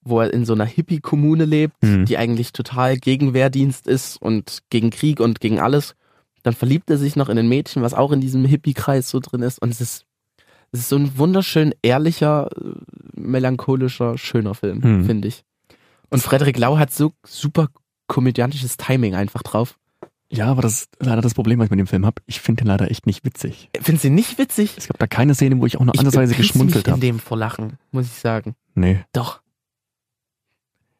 Speaker 1: wo er in so einer Hippie-Kommune lebt,
Speaker 2: Hm.
Speaker 1: die eigentlich total gegen Wehrdienst ist und gegen Krieg und gegen alles. Dann verliebt er sich noch in ein Mädchen, was auch in diesem Hippie-Kreis so drin ist. Und es ist, es ist so ein wunderschön ehrlicher, äh, melancholischer, schöner Film,
Speaker 2: Hm.
Speaker 1: finde ich. Und Frederik Lau hat so super komödiantisches Timing einfach drauf.
Speaker 2: Ja, aber das ist leider das Problem, was ich mit dem Film habe. Ich finde den leider echt nicht witzig.
Speaker 1: Findest du ihn nicht witzig?
Speaker 2: Es gab da keine Szene, wo ich auch nur andersweise
Speaker 1: bepisst mich
Speaker 2: geschmunzelt
Speaker 1: in
Speaker 2: habe.
Speaker 1: dem vor Lachen, muss ich sagen.
Speaker 2: Nee,
Speaker 1: Doch,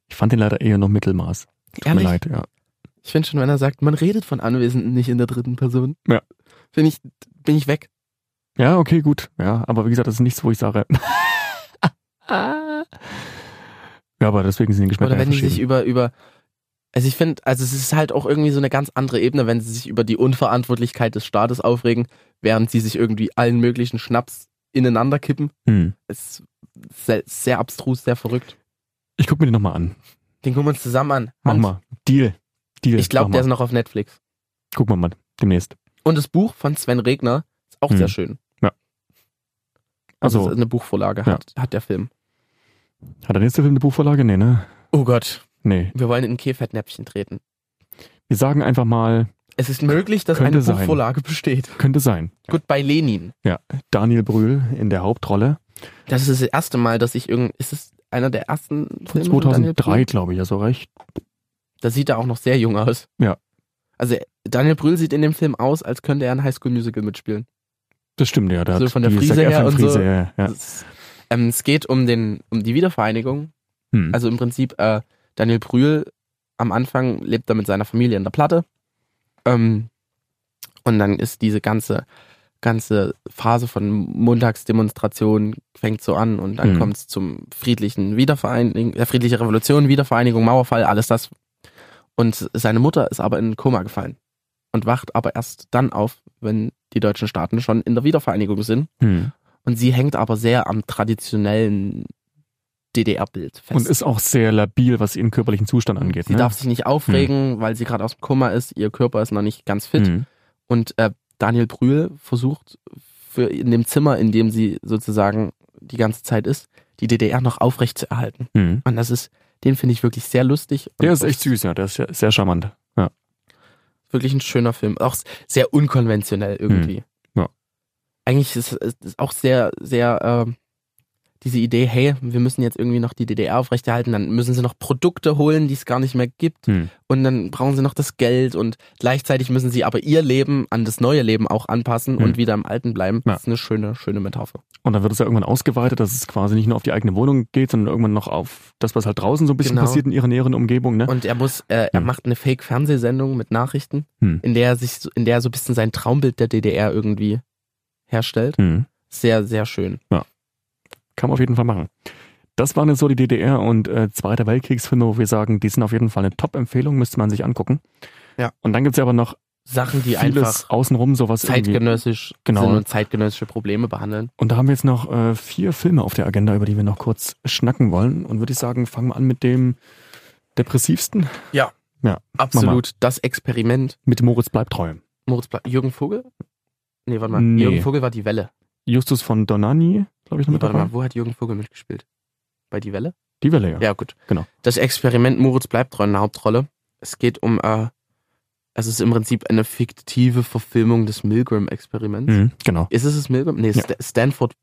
Speaker 2: ich fand den leider eher noch Mittelmaß. Tut
Speaker 1: ehrlich.
Speaker 2: mir leid, ja.
Speaker 1: Ich finde schon, wenn er sagt, man redet von Anwesenden nicht in der dritten Person.
Speaker 2: Ja.
Speaker 1: Finde ich, bin ich weg.
Speaker 2: Ja, okay, gut. Ja, aber wie gesagt, das ist nichts, wo ich sage. ja, aber deswegen sind die Geschmäcker
Speaker 1: Oder
Speaker 2: ja
Speaker 1: wenn die sich
Speaker 2: verschieden.
Speaker 1: über, über, also ich finde, also es ist halt auch irgendwie so eine ganz andere Ebene, wenn sie sich über die Unverantwortlichkeit des Staates aufregen, während sie sich irgendwie allen möglichen Schnaps ineinander kippen.
Speaker 2: Hm.
Speaker 1: Es ist sehr, sehr abstrus, sehr verrückt.
Speaker 2: Ich guck mir den nochmal an.
Speaker 1: Den gucken wir uns zusammen an.
Speaker 2: Mach
Speaker 1: Hans,
Speaker 2: mal. Deal. Deal.
Speaker 1: Ich glaube,
Speaker 2: Mach
Speaker 1: der
Speaker 2: mal.
Speaker 1: ist noch auf Netflix.
Speaker 2: Gucken wir mal. Demnächst.
Speaker 1: Und das Buch von Sven Regner ist auch
Speaker 2: Hm.
Speaker 1: sehr schön.
Speaker 2: Ja.
Speaker 1: Also,
Speaker 2: Also-
Speaker 1: es ist eine Buchvorlage hat, hat der Film.
Speaker 2: Hat der nächste Film eine Buchvorlage? Nee, ne?
Speaker 1: Oh Gott.
Speaker 2: Nee.
Speaker 1: Wir wollen in ein Käfertnäpfchen treten.
Speaker 2: Wir sagen einfach mal,
Speaker 1: Es ist möglich, dass
Speaker 2: Könnte
Speaker 1: eine
Speaker 2: sein.
Speaker 1: Buchvorlage besteht.
Speaker 2: könnte sein.
Speaker 1: Gut, bei Lenin.
Speaker 2: Daniel Brühl in der Hauptrolle.
Speaker 1: Das ist das erste Mal, dass ich irgend. Ist es einer der ersten
Speaker 2: Von
Speaker 1: Filme von Daniel
Speaker 2: 2003,
Speaker 1: Brühl?
Speaker 2: glaube ich, also recht.
Speaker 1: Da sieht er auch noch sehr jung aus.
Speaker 2: Ja.
Speaker 1: Also Daniel Brühl sieht in dem Film aus, als könnte er ein Highschool Musical mitspielen.
Speaker 2: Das stimmt, ja. Da
Speaker 1: So
Speaker 2: hat
Speaker 1: Also von der
Speaker 2: die
Speaker 1: Frise
Speaker 2: Zac
Speaker 1: her
Speaker 2: Efron
Speaker 1: und so.
Speaker 2: Frise, ja, ja.
Speaker 1: Das Ist, ähm, es geht um den um die Wiedervereinigung
Speaker 2: Hm.
Speaker 1: Also im Prinzip, äh, Daniel Brühl am Anfang lebt er mit seiner Familie in der Platte. Ähm, und dann ist diese ganze, ganze Phase von Montagsdemonstrationen fängt so an und dann
Speaker 2: Mhm.
Speaker 1: kommt es zum friedlichen Wiedervereinigung, äh, friedliche Revolution, Wiedervereinigung, Mauerfall, alles das. Und seine Mutter ist aber in ein Koma gefallen und wacht aber erst dann auf, wenn die deutschen Staaten schon in der Wiedervereinigung sind.
Speaker 2: Hm.
Speaker 1: Und sie hängt aber sehr am traditionellen DDR-Bild fest.
Speaker 2: Und ist auch sehr labil, was ihren körperlichen Zustand angeht.
Speaker 1: Sie
Speaker 2: ne?
Speaker 1: darf sich nicht aufregen, weil sie gerade aus dem Koma ist. Ihr Körper ist noch nicht ganz fit.
Speaker 2: Hm.
Speaker 1: Und äh, Daniel Brühl versucht für in dem Zimmer, in dem sie sozusagen die ganze Zeit ist, die DDR noch aufrecht zu erhalten.
Speaker 2: Hm.
Speaker 1: Und das ist, den finde ich wirklich sehr lustig. Und
Speaker 2: Der ist echt süß, ja. Der ist sehr, sehr charmant. Ja.
Speaker 1: Wirklich ein schöner Film. Auch s- sehr unkonventionell irgendwie.
Speaker 2: Hm. Ja.
Speaker 1: Eigentlich ist es auch sehr, sehr ähm, diese Idee, hey, wir müssen jetzt irgendwie noch die DDR aufrechterhalten, dann müssen sie noch Produkte holen, die es gar nicht mehr gibt.
Speaker 2: Hm.
Speaker 1: und dann brauchen sie noch das Geld und gleichzeitig müssen sie aber ihr Leben an das neue Leben auch anpassen
Speaker 2: Mhm.
Speaker 1: und wieder im Alten bleiben.
Speaker 2: Ja.
Speaker 1: Das ist eine schöne, schöne Metapher.
Speaker 2: Und dann wird es ja irgendwann ausgeweitet, dass es quasi nicht nur auf die eigene Wohnung geht, sondern irgendwann noch auf das, was halt draußen so ein bisschen
Speaker 1: Genau.
Speaker 2: passiert in ihrer näheren Umgebung. Ne?
Speaker 1: Und er muss, äh, er
Speaker 2: Mhm.
Speaker 1: macht eine Fake-Fernsehsendung mit Nachrichten,
Speaker 2: Mhm.
Speaker 1: in der er sich, so- in der er so ein bisschen sein Traumbild der DDR irgendwie herstellt.
Speaker 2: Hm.
Speaker 1: Sehr, sehr schön.
Speaker 2: Kann man auf jeden Fall machen. Das waren jetzt so die DDR und äh, Zweiter Weltkriegsfilme, wo wir sagen, die sind auf jeden Fall eine Top-Empfehlung, müsste man sich angucken.
Speaker 1: Ja.
Speaker 2: Und dann gibt's ja aber noch
Speaker 1: Sachen, die
Speaker 2: vieles
Speaker 1: einfach
Speaker 2: außenrum sowas irgendwie.
Speaker 1: zeitgenössisch
Speaker 2: Genau.
Speaker 1: sind und zeitgenössische Probleme behandeln.
Speaker 2: Und da haben wir jetzt noch äh, vier Filme auf der Agenda, über die wir noch kurz schnacken wollen. Und würde ich sagen, fangen wir an mit dem depressivsten,
Speaker 1: Absolut das Experiment.
Speaker 2: mit Moritz bleibt treu.
Speaker 1: Moritz Bla Jürgen Vogel? Nee, warte mal.
Speaker 2: Nee.
Speaker 1: Jürgen Vogel war die Welle.
Speaker 2: Justus von Donani, glaube ich, noch
Speaker 1: Nee,
Speaker 2: mit
Speaker 1: warte
Speaker 2: dabei.
Speaker 1: mal, wo hat Jürgen Vogel mitgespielt? Bei die Welle?
Speaker 2: Die Welle, ja.
Speaker 1: Ja, gut.
Speaker 2: Genau.
Speaker 1: Das Experiment Moritz bleibt treu in der Hauptrolle. Es geht um, äh, es ist im Prinzip eine fiktive Verfilmung des Milgram-Experiments.
Speaker 2: Mhm, genau.
Speaker 1: Ist es das Milgram? Nee,
Speaker 2: Ja.
Speaker 1: Sta- Stanford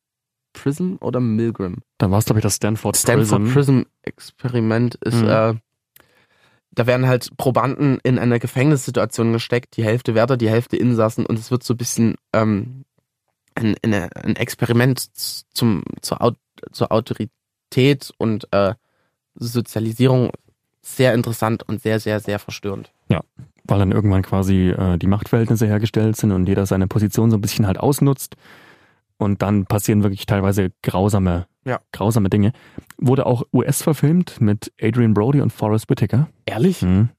Speaker 1: Prism oder Milgram?
Speaker 2: Dann war es, glaube ich, das Stanford,
Speaker 1: Stanford
Speaker 2: Prison.
Speaker 1: Prism Experiment ist,
Speaker 2: Mhm.
Speaker 1: äh, da werden halt Probanden in eine Gefängnissituation gesteckt, die Hälfte Wärter, die Hälfte Insassen und es wird so ein bisschen ähm, ein, eine- ein Experiment z- zum, zur, Au zur Autorität und äh, Sozialisierung sehr interessant und sehr, sehr, sehr verstörend.
Speaker 2: Weil dann irgendwann quasi äh, die Machtverhältnisse hergestellt sind und jeder seine Position so ein bisschen halt ausnutzt. Und dann passieren wirklich teilweise grausame,
Speaker 1: Ja.
Speaker 2: grausame Dinge. Wurde auch US verfilmt mit Adrian Brody und Forrest Whitaker.
Speaker 1: Ehrlich?
Speaker 2: Mhm.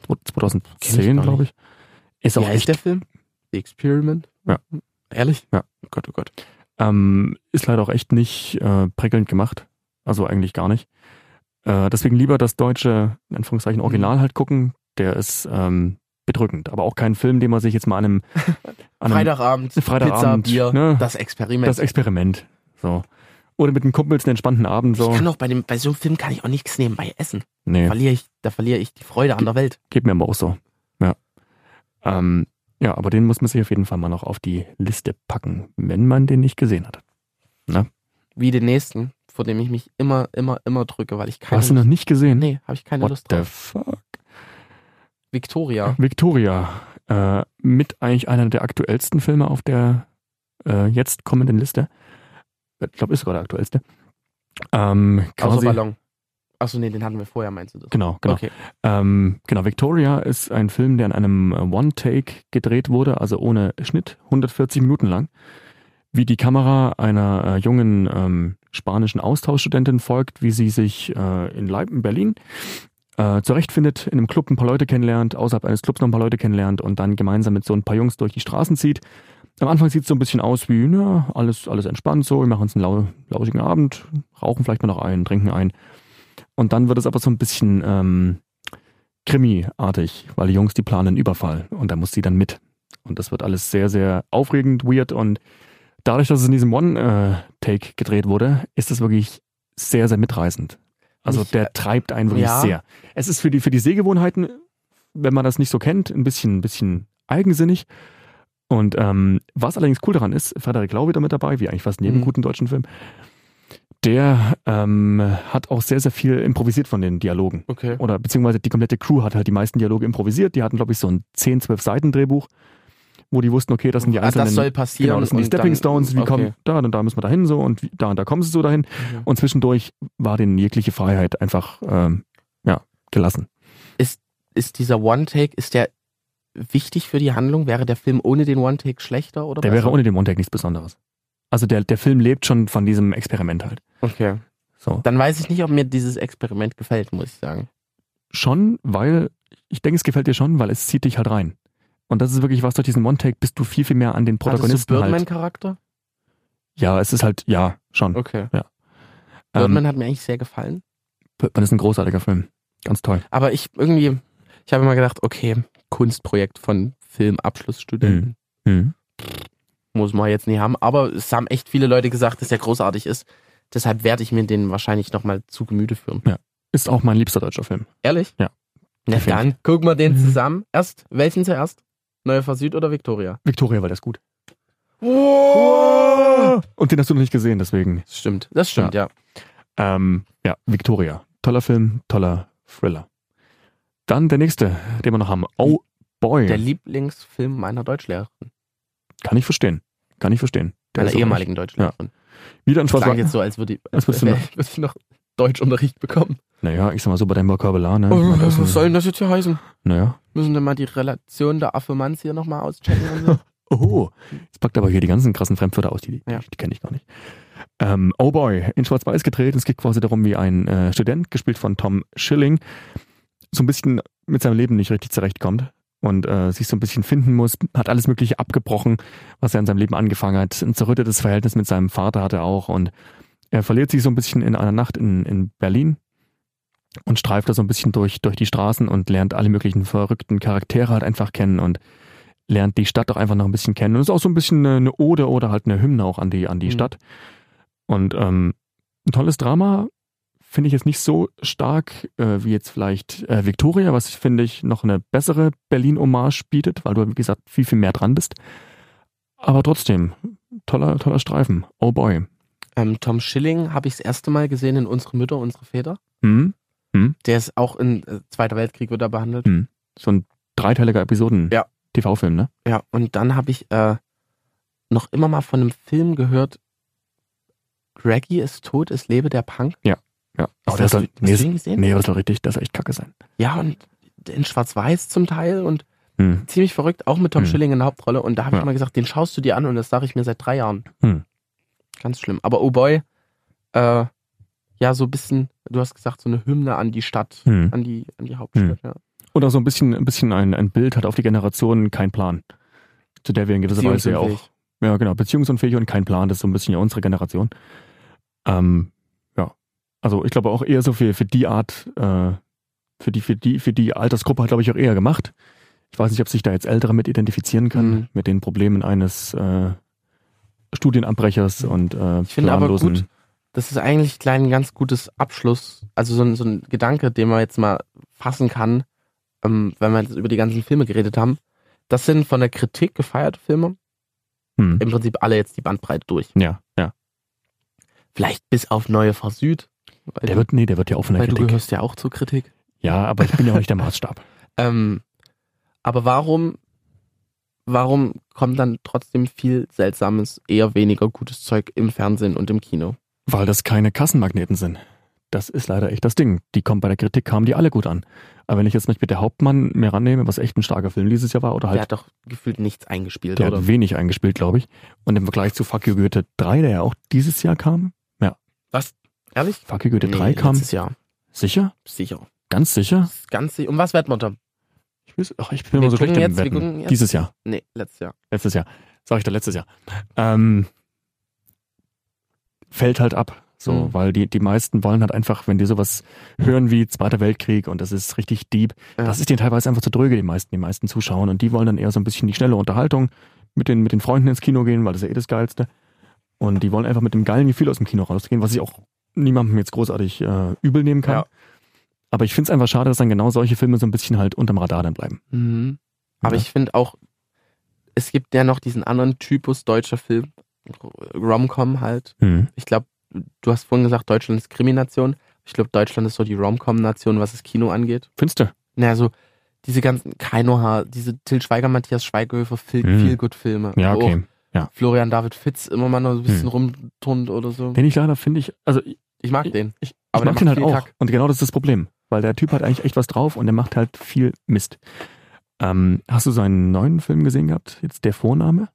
Speaker 1: Kenn ich gar
Speaker 2: 2010,
Speaker 1: nicht.
Speaker 2: glaube ich. Ist
Speaker 1: Wie
Speaker 2: auch
Speaker 1: heißt
Speaker 2: echt
Speaker 1: der Film? The Experiment?
Speaker 2: Ja.
Speaker 1: Ehrlich?
Speaker 2: Ja.
Speaker 1: Oh Gott, oh Gott.
Speaker 2: Ähm, ist leider auch echt nicht äh, prickelnd gemacht. Also eigentlich gar nicht. Äh, deswegen lieber das deutsche, in
Speaker 1: Mhm.
Speaker 2: Anführungszeichen, Original halt gucken. Der ist ähm, bedrückend. Aber auch kein Film, den man sich jetzt mal an einem, an einem
Speaker 1: Freitagabend,
Speaker 2: Freitagabend,
Speaker 1: Pizza, Bier,
Speaker 2: ne?
Speaker 1: das Experiment.
Speaker 2: das Experiment. So. Oder mit den Kumpels einen entspannten Abend.
Speaker 1: Ich
Speaker 2: So.
Speaker 1: kann doch bei dem, bei so einem Film kann ich auch nichts nebenbei essen.
Speaker 2: Nee,
Speaker 1: Verliere ich, da verliere ich die Freude an der Welt.
Speaker 2: geht mir aber auch so. Ja. Ähm, ja, aber den muss man sich auf jeden Fall mal noch auf die Liste packen, wenn man den nicht gesehen hat.
Speaker 1: Wie den nächsten, vor dem ich mich immer, immer, immer drücke, weil ich keine
Speaker 2: Hast du ihn noch nicht gesehen?
Speaker 1: Nee, habe ich keine
Speaker 2: What
Speaker 1: Lust
Speaker 2: the
Speaker 1: drauf.
Speaker 2: fuck?
Speaker 1: Victoria.
Speaker 2: Victoria, äh, mit eigentlich einer der aktuellsten Filme auf der äh, jetzt kommenden Liste. Äh, Ich glaube, ist sogar der aktuellste. Ähm,
Speaker 1: Außer
Speaker 2: quasi,
Speaker 1: Ballon. Achso, nee, den hatten wir vorher, meinst du das?
Speaker 2: genau, genau.
Speaker 1: Okay.
Speaker 2: Ähm, genau, Victoria ist ein Film, der in einem äh, One-Take gedreht wurde, also ohne Schnitt, 140 Minuten lang. Wie die Kamera einer äh, jungen ähm, spanischen Austauschstudentin folgt, wie sie sich äh, in Leib, in Berlin, äh, zurechtfindet, in einem Club ein paar Leute kennenlernt, außerhalb eines Clubs noch ein paar Leute kennenlernt und dann gemeinsam mit so ein paar Jungs durch die Straßen zieht. Am Anfang sieht es so ein bisschen aus wie, na, alles, alles entspannt so, wir machen uns einen lau lauschigen Abend, rauchen vielleicht mal noch einen, trinken einen. Und dann wird es aber so ein bisschen ähm, Krimi-artig, weil die Jungs die planen einen Überfall und da muss sie dann mit. Und das wird alles sehr, sehr aufregend, weird und dadurch, dass es in diesem One-Take gedreht wurde, ist es wirklich sehr, sehr mitreißend. Also
Speaker 1: Mich-
Speaker 2: der treibt einen wirklich
Speaker 1: Ja.
Speaker 2: sehr. Es ist für die, für die Sehgewohnheiten, wenn man das nicht so kennt, ein bisschen, ein bisschen eigensinnig. Und ähm, was allerdings cool daran ist, Frederik Lau wieder mit dabei, wie eigentlich fast in jedem
Speaker 1: Mhm.
Speaker 2: guten deutschen Film, der ähm, hat auch sehr, sehr viel improvisiert von den Dialogen
Speaker 1: Okay.
Speaker 2: oder beziehungsweise die komplette Crew hat halt die meisten Dialoge improvisiert. Die hatten, glaube ich, so ein 10, 12 Seiten Drehbuch, wo die wussten, okay, das sind die
Speaker 1: ah,
Speaker 2: einzelnen.
Speaker 1: das soll passieren.
Speaker 2: genau, das sind die
Speaker 1: und
Speaker 2: Stepping
Speaker 1: dann-
Speaker 2: Stones, wie
Speaker 1: okay.
Speaker 2: kommen da, dann da müssen wir dahin so und wie, da und da kommen sie so dahin.
Speaker 1: Mhm.
Speaker 2: Und zwischendurch war denen jegliche Freiheit einfach ähm, ja, gelassen.
Speaker 1: Ist dieser One-Take, ist der wichtig für die Handlung? Wäre der Film ohne den One-Take schlechter oder
Speaker 2: Der
Speaker 1: besser?
Speaker 2: wäre ohne den Montag nichts Besonderes. Also der, der Film lebt schon von diesem Experiment halt.
Speaker 1: Okay.
Speaker 2: So.
Speaker 1: Dann weiß ich nicht, ob mir dieses Experiment gefällt, muss ich sagen.
Speaker 2: Schon, weil, ich denke, es gefällt dir schon, weil es zieht dich halt rein. Und das ist wirklich was, durch diesen One-Take bist du viel, viel mehr an den
Speaker 1: Hattest
Speaker 2: Protagonisten
Speaker 1: du
Speaker 2: halt.
Speaker 1: Birdman-Charakter?
Speaker 2: Ja, es ist halt, ja, schon.
Speaker 1: Okay.
Speaker 2: Ähm,
Speaker 1: Birdman hat mir eigentlich sehr gefallen.
Speaker 2: Birdman ist ein großartiger Film. Ganz toll.
Speaker 1: Aber ich irgendwie, ich habe immer gedacht, okay, Kunstprojekt von
Speaker 2: Mhm.
Speaker 1: Filmabschlussstudenten Mhm. muss man jetzt nie haben. Aber es haben echt viele Leute gesagt, dass der großartig ist. Deshalb werde ich mir den wahrscheinlich nochmal zu Gemüte führen.
Speaker 2: Ist auch mein liebster deutscher Film.
Speaker 1: Ehrlich?
Speaker 2: Ja.
Speaker 1: Na
Speaker 2: Definitiv.
Speaker 1: dann, gucken wir den
Speaker 2: Mhm.
Speaker 1: zusammen. Erst, welchen zuerst? Neufer Süd oder Victoria?
Speaker 2: Victoria war das gut.
Speaker 1: Wow.
Speaker 2: Und den hast du noch nicht gesehen, deswegen.
Speaker 1: Das stimmt, das stimmt, ja.
Speaker 2: Ähm, ja, Victoria. Toller Film, toller Thriller. Dann der nächste, den wir noch haben. Oh boy.
Speaker 1: Der Lieblingsfilm meiner Deutschlehrerin,
Speaker 2: Kann ich verstehen. Kann ich verstehen. Der
Speaker 1: meiner
Speaker 2: ist auch
Speaker 1: ehemaligen Deutschlehrerin.
Speaker 2: echt- Wieder ein
Speaker 1: Das klang
Speaker 2: schwarzer.
Speaker 1: jetzt so, als würde ich,
Speaker 2: Was
Speaker 1: als
Speaker 2: willst du
Speaker 1: wär- würde ich noch Deutschunterricht bekommen.
Speaker 2: Naja, ich sag mal so bei deinem Vokabular, ne? Ich
Speaker 1: Oh,
Speaker 2: mein, das ist ein-
Speaker 1: was soll denn das jetzt hier heißen?
Speaker 2: Naja.
Speaker 1: Müssen wir mal die Relation der Affe-Manns hier nochmal auschecken? Und so?
Speaker 2: Oh, jetzt packt aber hier die ganzen krassen Fremdwörter aus, die, die,
Speaker 1: Ja.
Speaker 2: die kenne ich gar nicht. Ähm, oh boy, in Schwarz-Weiß gedreht. Es geht quasi darum, wie ein äh, Student, gespielt von Tom Schilling, so ein bisschen mit seinem Leben nicht richtig zurechtkommt und äh, sich so ein bisschen finden muss, hat alles Mögliche abgebrochen, was er in seinem Leben angefangen hat. Ein zerrüttetes Verhältnis mit seinem Vater hat er auch und er verliert sich so ein bisschen in einer Nacht in, in Berlin und streift da so ein bisschen durch, durch die Straßen und lernt alle möglichen verrückten Charaktere halt einfach kennen und lernt die Stadt auch einfach noch ein bisschen kennen. Und ist auch so ein bisschen eine, eine Ode oder halt eine Hymne auch an die, an die
Speaker 1: Mhm.
Speaker 2: Stadt. Und ähm, ein tolles Drama finde ich jetzt nicht so stark äh, wie jetzt vielleicht äh, Victoria, was finde ich noch eine bessere Berlin-Hommage bietet, weil du, wie gesagt, viel, viel mehr dran bist. Aber trotzdem, toller, toller Streifen. Oh boy.
Speaker 1: Ähm, Tom Schilling habe ich das erste Mal gesehen in Unsere Mütter, unsere Väter.
Speaker 2: Hm?
Speaker 1: Der ist auch in äh, Zweiter Weltkrieg wird er behandelt.
Speaker 2: Hm. So ein dreiteiliger Episoden.
Speaker 1: Ja.
Speaker 2: TV-Film, ne?
Speaker 1: Ja, und dann habe ich äh, noch immer mal von einem Film gehört, Reggae ist tot, es lebe der Punk.
Speaker 2: Ja.
Speaker 1: Hast
Speaker 2: Aber
Speaker 1: du
Speaker 2: Oh, der soll,
Speaker 1: hast
Speaker 2: nee,
Speaker 1: du
Speaker 2: ist-
Speaker 1: den gesehen?
Speaker 2: nee, das soll richtig, das soll echt kacke sein.
Speaker 1: Ja, und in Schwarz-Weiß zum Teil und
Speaker 2: Hm.
Speaker 1: ziemlich verrückt, auch mit Tom
Speaker 2: Hm.
Speaker 1: Schilling in der Hauptrolle. Und da habe
Speaker 2: Ja.
Speaker 1: ich mal gesagt, den schaust du dir an und das sage ich mir seit drei Jahren.
Speaker 2: Hm.
Speaker 1: Ganz schlimm. Aber oh boy, äh, ja, so ein bisschen, du hast gesagt, so eine Hymne an die Stadt,
Speaker 2: Hm.
Speaker 1: an die, an die Hauptstadt. Ja.
Speaker 2: Und auch so ein bisschen, ein bisschen ein, ein Bild hat auf die Generation kein Plan. Zu der wir in gewisser Weise ja auch.
Speaker 1: Beziehungsunfähig.
Speaker 2: Ja, genau, beziehungsunfähig und kein Plan, das ist so ein bisschen ja unsere Generation. Ähm, ja. Also ich glaube auch eher so für, für die Art, äh, für die, für die, für die Altersgruppe hat, glaube ich, auch eher gemacht. Ich weiß nicht, ob sich da jetzt Ältere mit identifizieren können,
Speaker 1: Mhm.
Speaker 2: mit den Problemen eines äh, Studienabbrechers und äh,
Speaker 1: Mhm. Ich finde aber
Speaker 2: planlosen-
Speaker 1: gut, Das ist eigentlich klein, ein ganz gutes Abschluss, also so ein, so ein Gedanke, den man jetzt mal fassen kann, ähm, wenn wir jetzt über die ganzen Filme geredet haben. Das sind von der Kritik gefeierte Filme.
Speaker 2: Hm.
Speaker 1: Im Prinzip alle jetzt die Bandbreite durch.
Speaker 2: Ja, ja.
Speaker 1: Vielleicht bis auf Neue Frau Süd. Weil,
Speaker 2: Der wird, nee, der wird ja auch von der
Speaker 1: weil du
Speaker 2: Kritik.
Speaker 1: gehörst ja auch zur Kritik.
Speaker 2: Ja, aber ich bin ja auch nicht der Maßstab.
Speaker 1: Ähm, aber warum, warum kommt dann trotzdem viel seltsames, eher weniger gutes Zeug im Fernsehen und im Kino?
Speaker 2: Weil das keine Kassenmagneten sind. Das ist leider echt das Ding. Die kommen bei der Kritik, kamen die alle gut an. Aber wenn ich jetzt nicht mit der Hauptmann mir rannehme, was echt ein starker Film dieses Jahr war, oder
Speaker 1: Der
Speaker 2: halt,
Speaker 1: hat doch gefühlt nichts eingespielt,
Speaker 2: der
Speaker 1: oder?
Speaker 2: hat wenig eingespielt, glaube ich. Und im Vergleich zu Fuck You Goethe 3, der ja auch dieses Jahr kam,
Speaker 1: Ehrlich?
Speaker 2: Fuck You Goethe 3 kam,
Speaker 1: letztes Jahr.
Speaker 2: sicher?
Speaker 1: Sicher.
Speaker 2: Ganz sicher?
Speaker 1: Das Ganze, um was wetten wir da?
Speaker 2: Ich, weiß, ach, ich bin
Speaker 1: Wir
Speaker 2: immer so schlecht
Speaker 1: gucken
Speaker 2: im
Speaker 1: jetzt, wir
Speaker 2: Wetten.
Speaker 1: gucken jetzt.
Speaker 2: Dieses Jahr.
Speaker 1: Nee, letztes Jahr.
Speaker 2: Letztes Jahr. Sag ich da letztes Jahr. Ähm, fällt halt ab. So,
Speaker 1: Mhm.
Speaker 2: weil die, die meisten wollen halt einfach, wenn die sowas hören wie Zweiter Weltkrieg und das ist richtig deep,
Speaker 1: Ja.
Speaker 2: das ist denen teilweise einfach zu dröge, die meisten, die meisten zuschauen. Und die wollen dann eher so ein bisschen die schnelle Unterhaltung mit den, mit den Freunden ins Kino gehen, weil das ist ja eh das Geilste. Und die wollen einfach mit dem geilen Gefühl aus dem Kino rausgehen, was ich auch niemandem jetzt großartig äh, übel nehmen kann.
Speaker 1: Ja.
Speaker 2: Aber ich finde es einfach schade, dass dann genau solche Filme so ein bisschen halt unterm Radar dann bleiben.
Speaker 1: Mhm. Aber
Speaker 2: Ja.
Speaker 1: ich finde auch, es gibt ja noch diesen anderen Typus deutscher Film, Romcom halt. Ich glaube, du hast vorhin gesagt, Deutschland ist Krimination. Ich glaube, Deutschland ist so die Romcom-Nation, was das Kino angeht.
Speaker 2: Findest du?
Speaker 1: Naja, so diese ganzen Kainoha, diese Till Schweiger, Matthias Schweighöfer, Fil
Speaker 2: Mhm.
Speaker 1: Feelgood-Filme.
Speaker 2: Ja,
Speaker 1: Wo
Speaker 2: okay.
Speaker 1: auch Florian David Fitz immer mal noch so ein bisschen
Speaker 2: Mhm.
Speaker 1: rumturnt oder so.
Speaker 2: Den ich leider finde ich, also
Speaker 1: Ich mag
Speaker 2: Ich-
Speaker 1: den.
Speaker 2: Ich,
Speaker 1: Aber
Speaker 2: ich
Speaker 1: der
Speaker 2: mag den
Speaker 1: macht
Speaker 2: halt auch.
Speaker 1: viel Kack.
Speaker 2: Und genau das ist das Problem. Weil der Typ hat eigentlich echt was drauf und der macht halt viel Mist. Ähm, hast du seinen neuen Film gesehen gehabt? Jetzt der Vorname?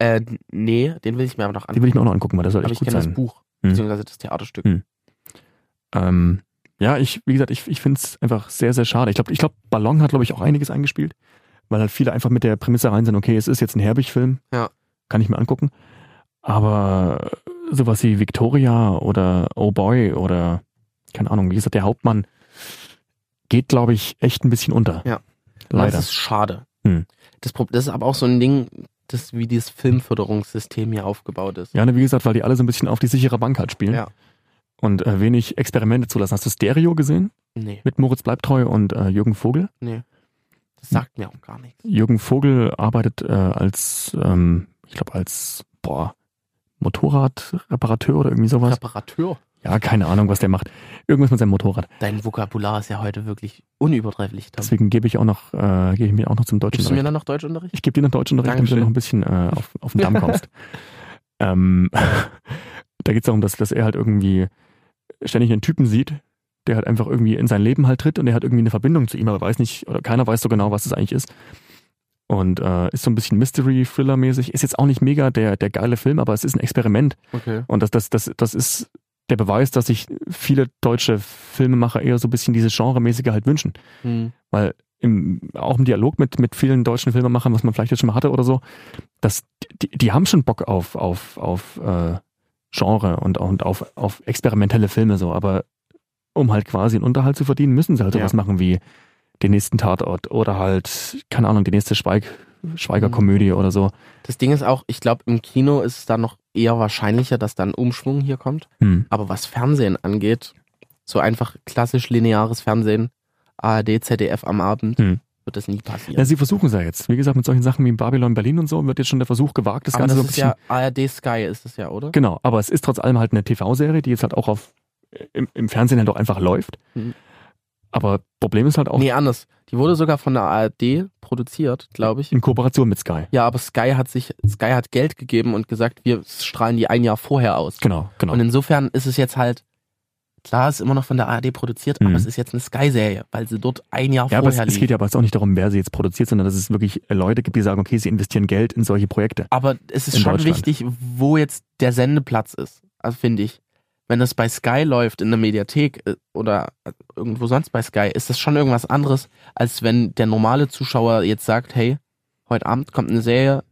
Speaker 1: Äh, nee, den will ich mir aber noch
Speaker 2: Den
Speaker 1: an.
Speaker 2: will ich mir auch noch angucken, weil der soll
Speaker 1: Aber ich
Speaker 2: echt gut
Speaker 1: kenne das
Speaker 2: sein.
Speaker 1: Buch,
Speaker 2: Mhm.
Speaker 1: beziehungsweise das Theaterstück.
Speaker 2: Mhm. Ähm, ja, ich, wie gesagt, ich, ich finde es einfach sehr, sehr schade. Ich glaube, ich glaub, Ballon hat, glaube ich, auch einiges eingespielt, weil halt viele einfach mit der Prämisse rein sind, okay, es ist jetzt ein Herbig-Film,
Speaker 1: Ja.
Speaker 2: kann ich mir angucken. Aber sowas wie Victoria oder Oh Boy oder, keine Ahnung, wie gesagt, der Hauptmann geht, glaube ich, echt ein bisschen unter.
Speaker 1: Ja.
Speaker 2: Leider.
Speaker 1: Das ist schade.
Speaker 2: Mhm.
Speaker 1: Das, Prob- das ist aber auch so ein Ding, das, wie dieses Filmförderungssystem hier aufgebaut ist.
Speaker 2: Ja, ne, wie gesagt, weil die alle so ein bisschen auf die sichere Bank halt spielen.
Speaker 1: Ja.
Speaker 2: Und äh, wenig Experimente zulassen. Hast du Stereo gesehen?
Speaker 1: Nee,
Speaker 2: Mit Moritz Bleibtreu und äh, Jürgen Vogel?
Speaker 1: das sagt mir auch gar nichts.
Speaker 2: Jürgen Vogel arbeitet äh, als, ähm, ich glaube, als boah, Motorradreparateur oder irgendwie sowas.
Speaker 1: Reparateur.
Speaker 2: Ja, keine Ahnung, was der macht. Irgendwas mit seinem Motorrad.
Speaker 1: Dein Vokabular ist ja heute wirklich unübertrefflich. Tom.
Speaker 2: Deswegen gebe ich auch noch, äh, gebe ich mir auch noch zum deutschen
Speaker 1: Gibst du mir
Speaker 2: Unterricht.
Speaker 1: dann noch Deutschunterricht?
Speaker 2: Ich gebe dir noch deutschen Unterricht, damit du
Speaker 1: Dankeschön.
Speaker 2: noch ein bisschen äh, auf, auf den Damm kommst. ähm, da geht es darum, dass, dass er halt irgendwie ständig einen Typen sieht, der halt einfach irgendwie in sein Leben halt tritt und er hat irgendwie eine Verbindung zu ihm, aber weiß nicht, oder keiner weiß so genau, was das eigentlich ist. Und äh, ist so ein bisschen Mystery-Thriller-mäßig. Ist jetzt auch nicht mega der, der geile Film, aber es ist ein Experiment.
Speaker 1: Okay.
Speaker 2: Und das, das, das, das ist der Beweis, dass sich viele deutsche Filmemacher eher so ein bisschen diese Genremäßige halt wünschen.
Speaker 1: Hm.
Speaker 2: Weil im, auch im Dialog mit, mit vielen deutschen Filmemachern, was man vielleicht jetzt schon mal hatte oder so, dass die, die haben schon Bock auf, auf, auf äh, Genre und, und auf, auf experimentelle Filme so, aber um halt quasi einen Unterhalt zu verdienen, müssen sie halt
Speaker 1: Ja.
Speaker 2: sowas machen wie den nächsten Tatort oder halt, keine Ahnung, die nächste Schweig, Schweigerkomödie
Speaker 1: Mhm.
Speaker 2: oder so.
Speaker 1: Das Ding ist auch, ich glaube, im Kino ist es dann noch eher wahrscheinlicher, dass dann Umschwung hier kommt.
Speaker 2: Hm.
Speaker 1: Aber was Fernsehen angeht, so einfach klassisch lineares Fernsehen, ARD, ZDF am Abend,
Speaker 2: Hm.
Speaker 1: wird das nie passieren.
Speaker 2: Ja, sie versuchen es ja jetzt. Wie gesagt, mit solchen Sachen wie in Babylon Berlin und so wird jetzt schon der Versuch gewagt, das
Speaker 1: Aber
Speaker 2: Ganze
Speaker 1: das
Speaker 2: so ein
Speaker 1: ist
Speaker 2: bisschen.
Speaker 1: ja ARD Sky ist das ja, oder?
Speaker 2: Genau, aber es ist trotz allem halt eine TV-Serie, die jetzt halt auch auf im, im Fernsehen halt auch einfach läuft.
Speaker 1: Mhm.
Speaker 2: Aber Problem ist halt auch
Speaker 1: Nee, anders. Die wurde sogar von der ARD produziert, glaube ich.
Speaker 2: in Kooperation mit Sky.
Speaker 1: Ja, aber Sky hat sich, Sky hat Geld gegeben und gesagt, wir strahlen die ein Jahr vorher aus.
Speaker 2: Genau, genau.
Speaker 1: Und insofern ist es jetzt halt, klar, es ist immer noch von der ARD produziert,
Speaker 2: Mhm.
Speaker 1: aber es ist jetzt eine Sky-Serie, weil sie dort ein Jahr
Speaker 2: Ja, aber es,
Speaker 1: vorher
Speaker 2: es
Speaker 1: lief.
Speaker 2: geht ja aber jetzt auch nicht darum, wer sie jetzt produziert, sondern dass es wirklich Leute gibt, die sagen, okay, sie investieren Geld in solche Projekte.
Speaker 1: Aber es ist
Speaker 2: In
Speaker 1: schon
Speaker 2: Deutschland.
Speaker 1: wichtig, wo jetzt der Sendeplatz ist, also finde ich. Wenn das bei Sky läuft, in der Mediathek äh, oder irgendwo sonst bei Sky, ist das schon irgendwas anderes, als wenn der normale Zuschauer jetzt sagt, hey, heute Abend kommt eine Serie,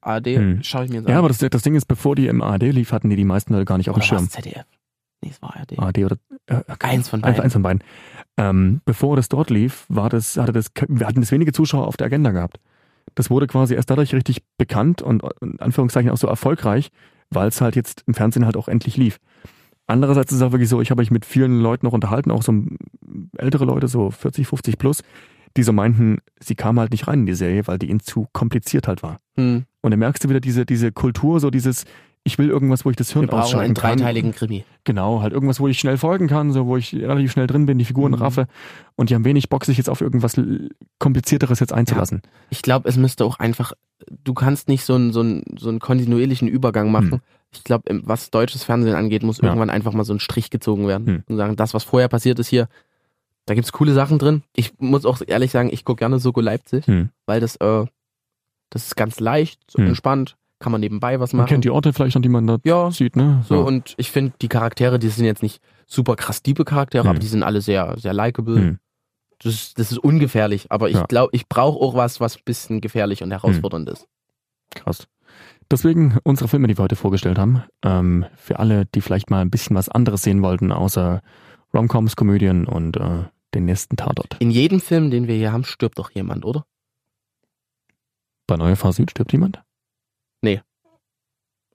Speaker 1: ARD,
Speaker 2: Mhm.
Speaker 1: schaue ich mir jetzt
Speaker 2: Ja,
Speaker 1: an.
Speaker 2: aber das, das Ding ist, bevor die im ARD lief, hatten die die meisten Leute gar nicht auf dem
Speaker 1: oder
Speaker 2: Schirm.
Speaker 1: war's ZDF? Nee, es war ARD.
Speaker 2: ARD oder äh,
Speaker 1: Eins von
Speaker 2: Einfach
Speaker 1: beiden.
Speaker 2: eins von beiden. Ähm, bevor das dort lief, war das, hatte das, wir hatten das wenige Zuschauer auf der Agenda gehabt. Das wurde quasi erst dadurch richtig bekannt und in Anführungszeichen auch so erfolgreich, weil es halt jetzt im Fernsehen halt auch endlich lief. Andererseits ist es auch wirklich so, ich habe mich mit vielen Leuten noch unterhalten, auch so ältere Leute, so 40, 50 plus, die so meinten, sie kamen halt nicht rein in die Serie, weil die ihnen zu kompliziert halt war.
Speaker 1: Hm,
Speaker 2: Und dann merkst du wieder diese, diese Kultur, so dieses, ich will irgendwas, wo ich das Hirn
Speaker 1: wir brauchen einen
Speaker 2: ausschalten kann.
Speaker 1: dreiteiligen Krimi.
Speaker 2: Genau, halt irgendwas, wo ich schnell folgen kann, so wo ich relativ schnell drin bin, die Figuren
Speaker 1: Mhm.
Speaker 2: raffe und die haben wenig Bock, sich jetzt auf irgendwas l- komplizierteres jetzt einzulassen.
Speaker 1: Ich glaube, es müsste auch einfach, du kannst nicht so einen, so einen, so einen kontinuierlichen Übergang machen.
Speaker 2: Hm.
Speaker 1: Ich glaube, was deutsches Fernsehen angeht, muss
Speaker 2: Ja.
Speaker 1: irgendwann einfach mal so ein Strich gezogen werden
Speaker 2: Hm.
Speaker 1: und sagen, das, was vorher passiert ist hier, da gibt's coole Sachen drin. Ich muss auch ehrlich sagen, ich gucke gerne Soko Leipzig,
Speaker 2: Hm.
Speaker 1: weil das, äh, das ist ganz leicht, so
Speaker 2: Hm.
Speaker 1: entspannt, kann man nebenbei was
Speaker 2: Man
Speaker 1: machen.
Speaker 2: kennt die Orte vielleicht noch, die man da
Speaker 1: ja,
Speaker 2: sieht, ne?
Speaker 1: so
Speaker 2: Ja.
Speaker 1: und ich finde die Charaktere, die sind jetzt nicht super krass diebe Charaktere,
Speaker 2: Hm.
Speaker 1: aber die sind alle sehr, sehr likable.
Speaker 2: Hm.
Speaker 1: Das, ist- das ist ungefährlich, aber ich
Speaker 2: Ja. Hm.
Speaker 1: glaube, ich brauche auch was, was ein bisschen gefährlich und herausfordernd ist.
Speaker 2: Krass. Deswegen unsere Filme, die wir heute vorgestellt haben, ähm, für alle, die vielleicht mal ein bisschen was anderes sehen wollten, außer Romcoms, Komödien und äh, den nächsten Tatort.
Speaker 1: In jedem Film, den wir hier haben, stirbt doch jemand, oder?
Speaker 2: Bei Neue Fahr Süd stirbt jemand?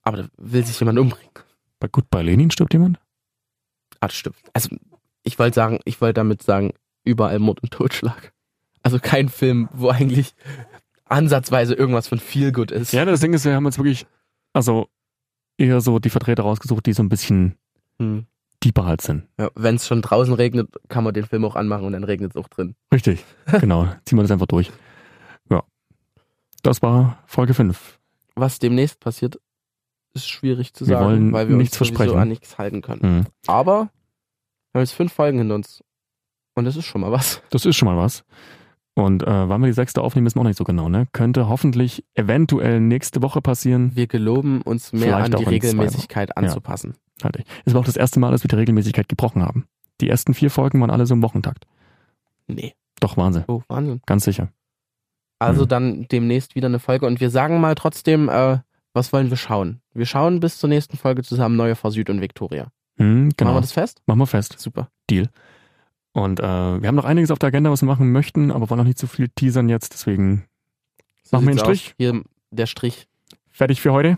Speaker 1: Aber da will sich jemand umbringen.
Speaker 2: Bei Gut bei Lenin stirbt jemand?
Speaker 1: Ah, das stimmt. Also, ich wollte sagen, ich wollte damit sagen, überall Mord und Totschlag. Also kein Film, wo eigentlich ansatzweise irgendwas von viel gut ist.
Speaker 2: Ja, das Ding ist, wir haben jetzt wirklich, also eher so die Vertreter rausgesucht, die so ein bisschen
Speaker 1: Hm.
Speaker 2: deeper halt sind.
Speaker 1: Ja, Wenn es schon draußen regnet, kann man den Film auch anmachen und dann regnet es auch drin.
Speaker 2: Richtig, genau. Ziehen wir das einfach durch. Ja. Das war Folge 5.
Speaker 1: Was demnächst passiert, ist schwierig zu
Speaker 2: Wir
Speaker 1: sagen,
Speaker 2: wollen
Speaker 1: weil wir
Speaker 2: nichts
Speaker 1: uns sowieso
Speaker 2: versprechen.
Speaker 1: an nichts halten können.
Speaker 2: Mhm.
Speaker 1: Aber wir haben jetzt fünf Folgen hinter uns. Und das ist schon mal was.
Speaker 2: Das ist schon mal was. Und äh, wann wir die sechste aufnehmen, wissen wir auch nicht so genau, ne? Könnte hoffentlich eventuell nächste Woche passieren.
Speaker 1: Wir geloben uns mehr
Speaker 2: Vielleicht
Speaker 1: an die
Speaker 2: auch in zwei Wochen.
Speaker 1: Regelmäßigkeit anzupassen.
Speaker 2: Halt, es war auch das erste Mal, dass wir die Regelmäßigkeit gebrochen haben. Die ersten vier Folgen waren alle so im Wochentakt.
Speaker 1: Nee.
Speaker 2: Doch Wahnsinn,
Speaker 1: Oh, Wahnsinn.
Speaker 2: ganz sicher.
Speaker 1: Also
Speaker 2: Hm.
Speaker 1: dann demnächst wieder eine Folge. Und wir sagen mal trotzdem, äh, was wollen wir schauen? Wir schauen bis zur nächsten Folge zusammen Neue Frau Süd und Victoria.
Speaker 2: Hm, genau.
Speaker 1: Machen wir das fest?
Speaker 2: Machen wir fest.
Speaker 1: Super.
Speaker 2: Und äh, wir haben noch einiges auf der Agenda, was wir machen möchten, aber wollen noch nicht zu viel teasern jetzt, deswegen Machen wir
Speaker 1: sieht's
Speaker 2: einen Strich?
Speaker 1: Aus. Hier der Strich.
Speaker 2: fertig für heute.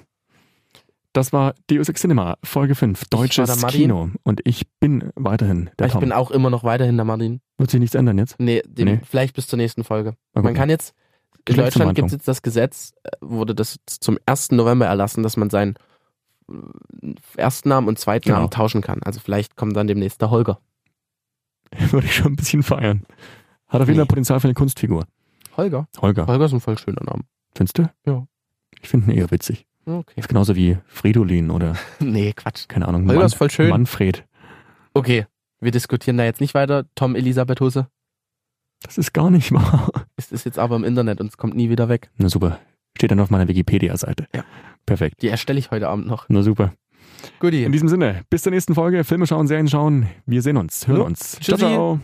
Speaker 2: Das war Deus Ex Cinema, Folge 5,
Speaker 1: war
Speaker 2: deutsches
Speaker 1: der Martin.
Speaker 2: Kino. Und ich bin weiterhin der
Speaker 1: ich
Speaker 2: Tom.
Speaker 1: bin auch immer noch weiterhin der Martin.
Speaker 2: Wird sich nichts ändern jetzt?
Speaker 1: Nee, dem,
Speaker 2: Nee.
Speaker 1: vielleicht bis zur nächsten Folge.
Speaker 2: Mal
Speaker 1: Man
Speaker 2: gucken.
Speaker 1: kann jetzt, in Deutschland
Speaker 2: Geschlechtsverwandlung.
Speaker 1: gibt es jetzt das Gesetz, äh, wurde das zum 1. November erlassen, dass man seinen äh, ersten Namen und zweiten
Speaker 2: Genau.
Speaker 1: Namen tauschen kann. Also vielleicht kommt dann demnächst der Holger.
Speaker 2: Würde ich schon ein bisschen feiern. Hat auf jeden Fall
Speaker 1: Nee.
Speaker 2: Potenzial für eine Kunstfigur.
Speaker 1: Holger?
Speaker 2: Holger,
Speaker 1: Holger ist ein voll schöner Name.
Speaker 2: findest du?
Speaker 1: Ja.
Speaker 2: Ich finde ihn eher witzig.
Speaker 1: Okay.
Speaker 2: Ist genauso wie Fridolin oder,
Speaker 1: nee, Quatsch.
Speaker 2: keine Ahnung,
Speaker 1: Holger
Speaker 2: Mann-
Speaker 1: ist voll schön.
Speaker 2: Manfred.
Speaker 1: Okay, wir diskutieren da jetzt nicht weiter. Tom Elisabeth Hose.
Speaker 2: Das ist gar nicht wahr.
Speaker 1: Es ist jetzt aber im Internet und es kommt nie wieder weg.
Speaker 2: Na super. Steht dann auf meiner Wikipedia-Seite.
Speaker 1: Ja.
Speaker 2: Perfekt.
Speaker 1: Die erstelle ich heute Abend noch.
Speaker 2: Na super. In
Speaker 1: Guti.
Speaker 2: diesem Sinne, bis zur nächsten Folge. Filme schauen, Serien schauen. Wir sehen uns, hören
Speaker 1: Jo.
Speaker 2: uns.
Speaker 1: Tschüssi.
Speaker 2: Ciao, ciao.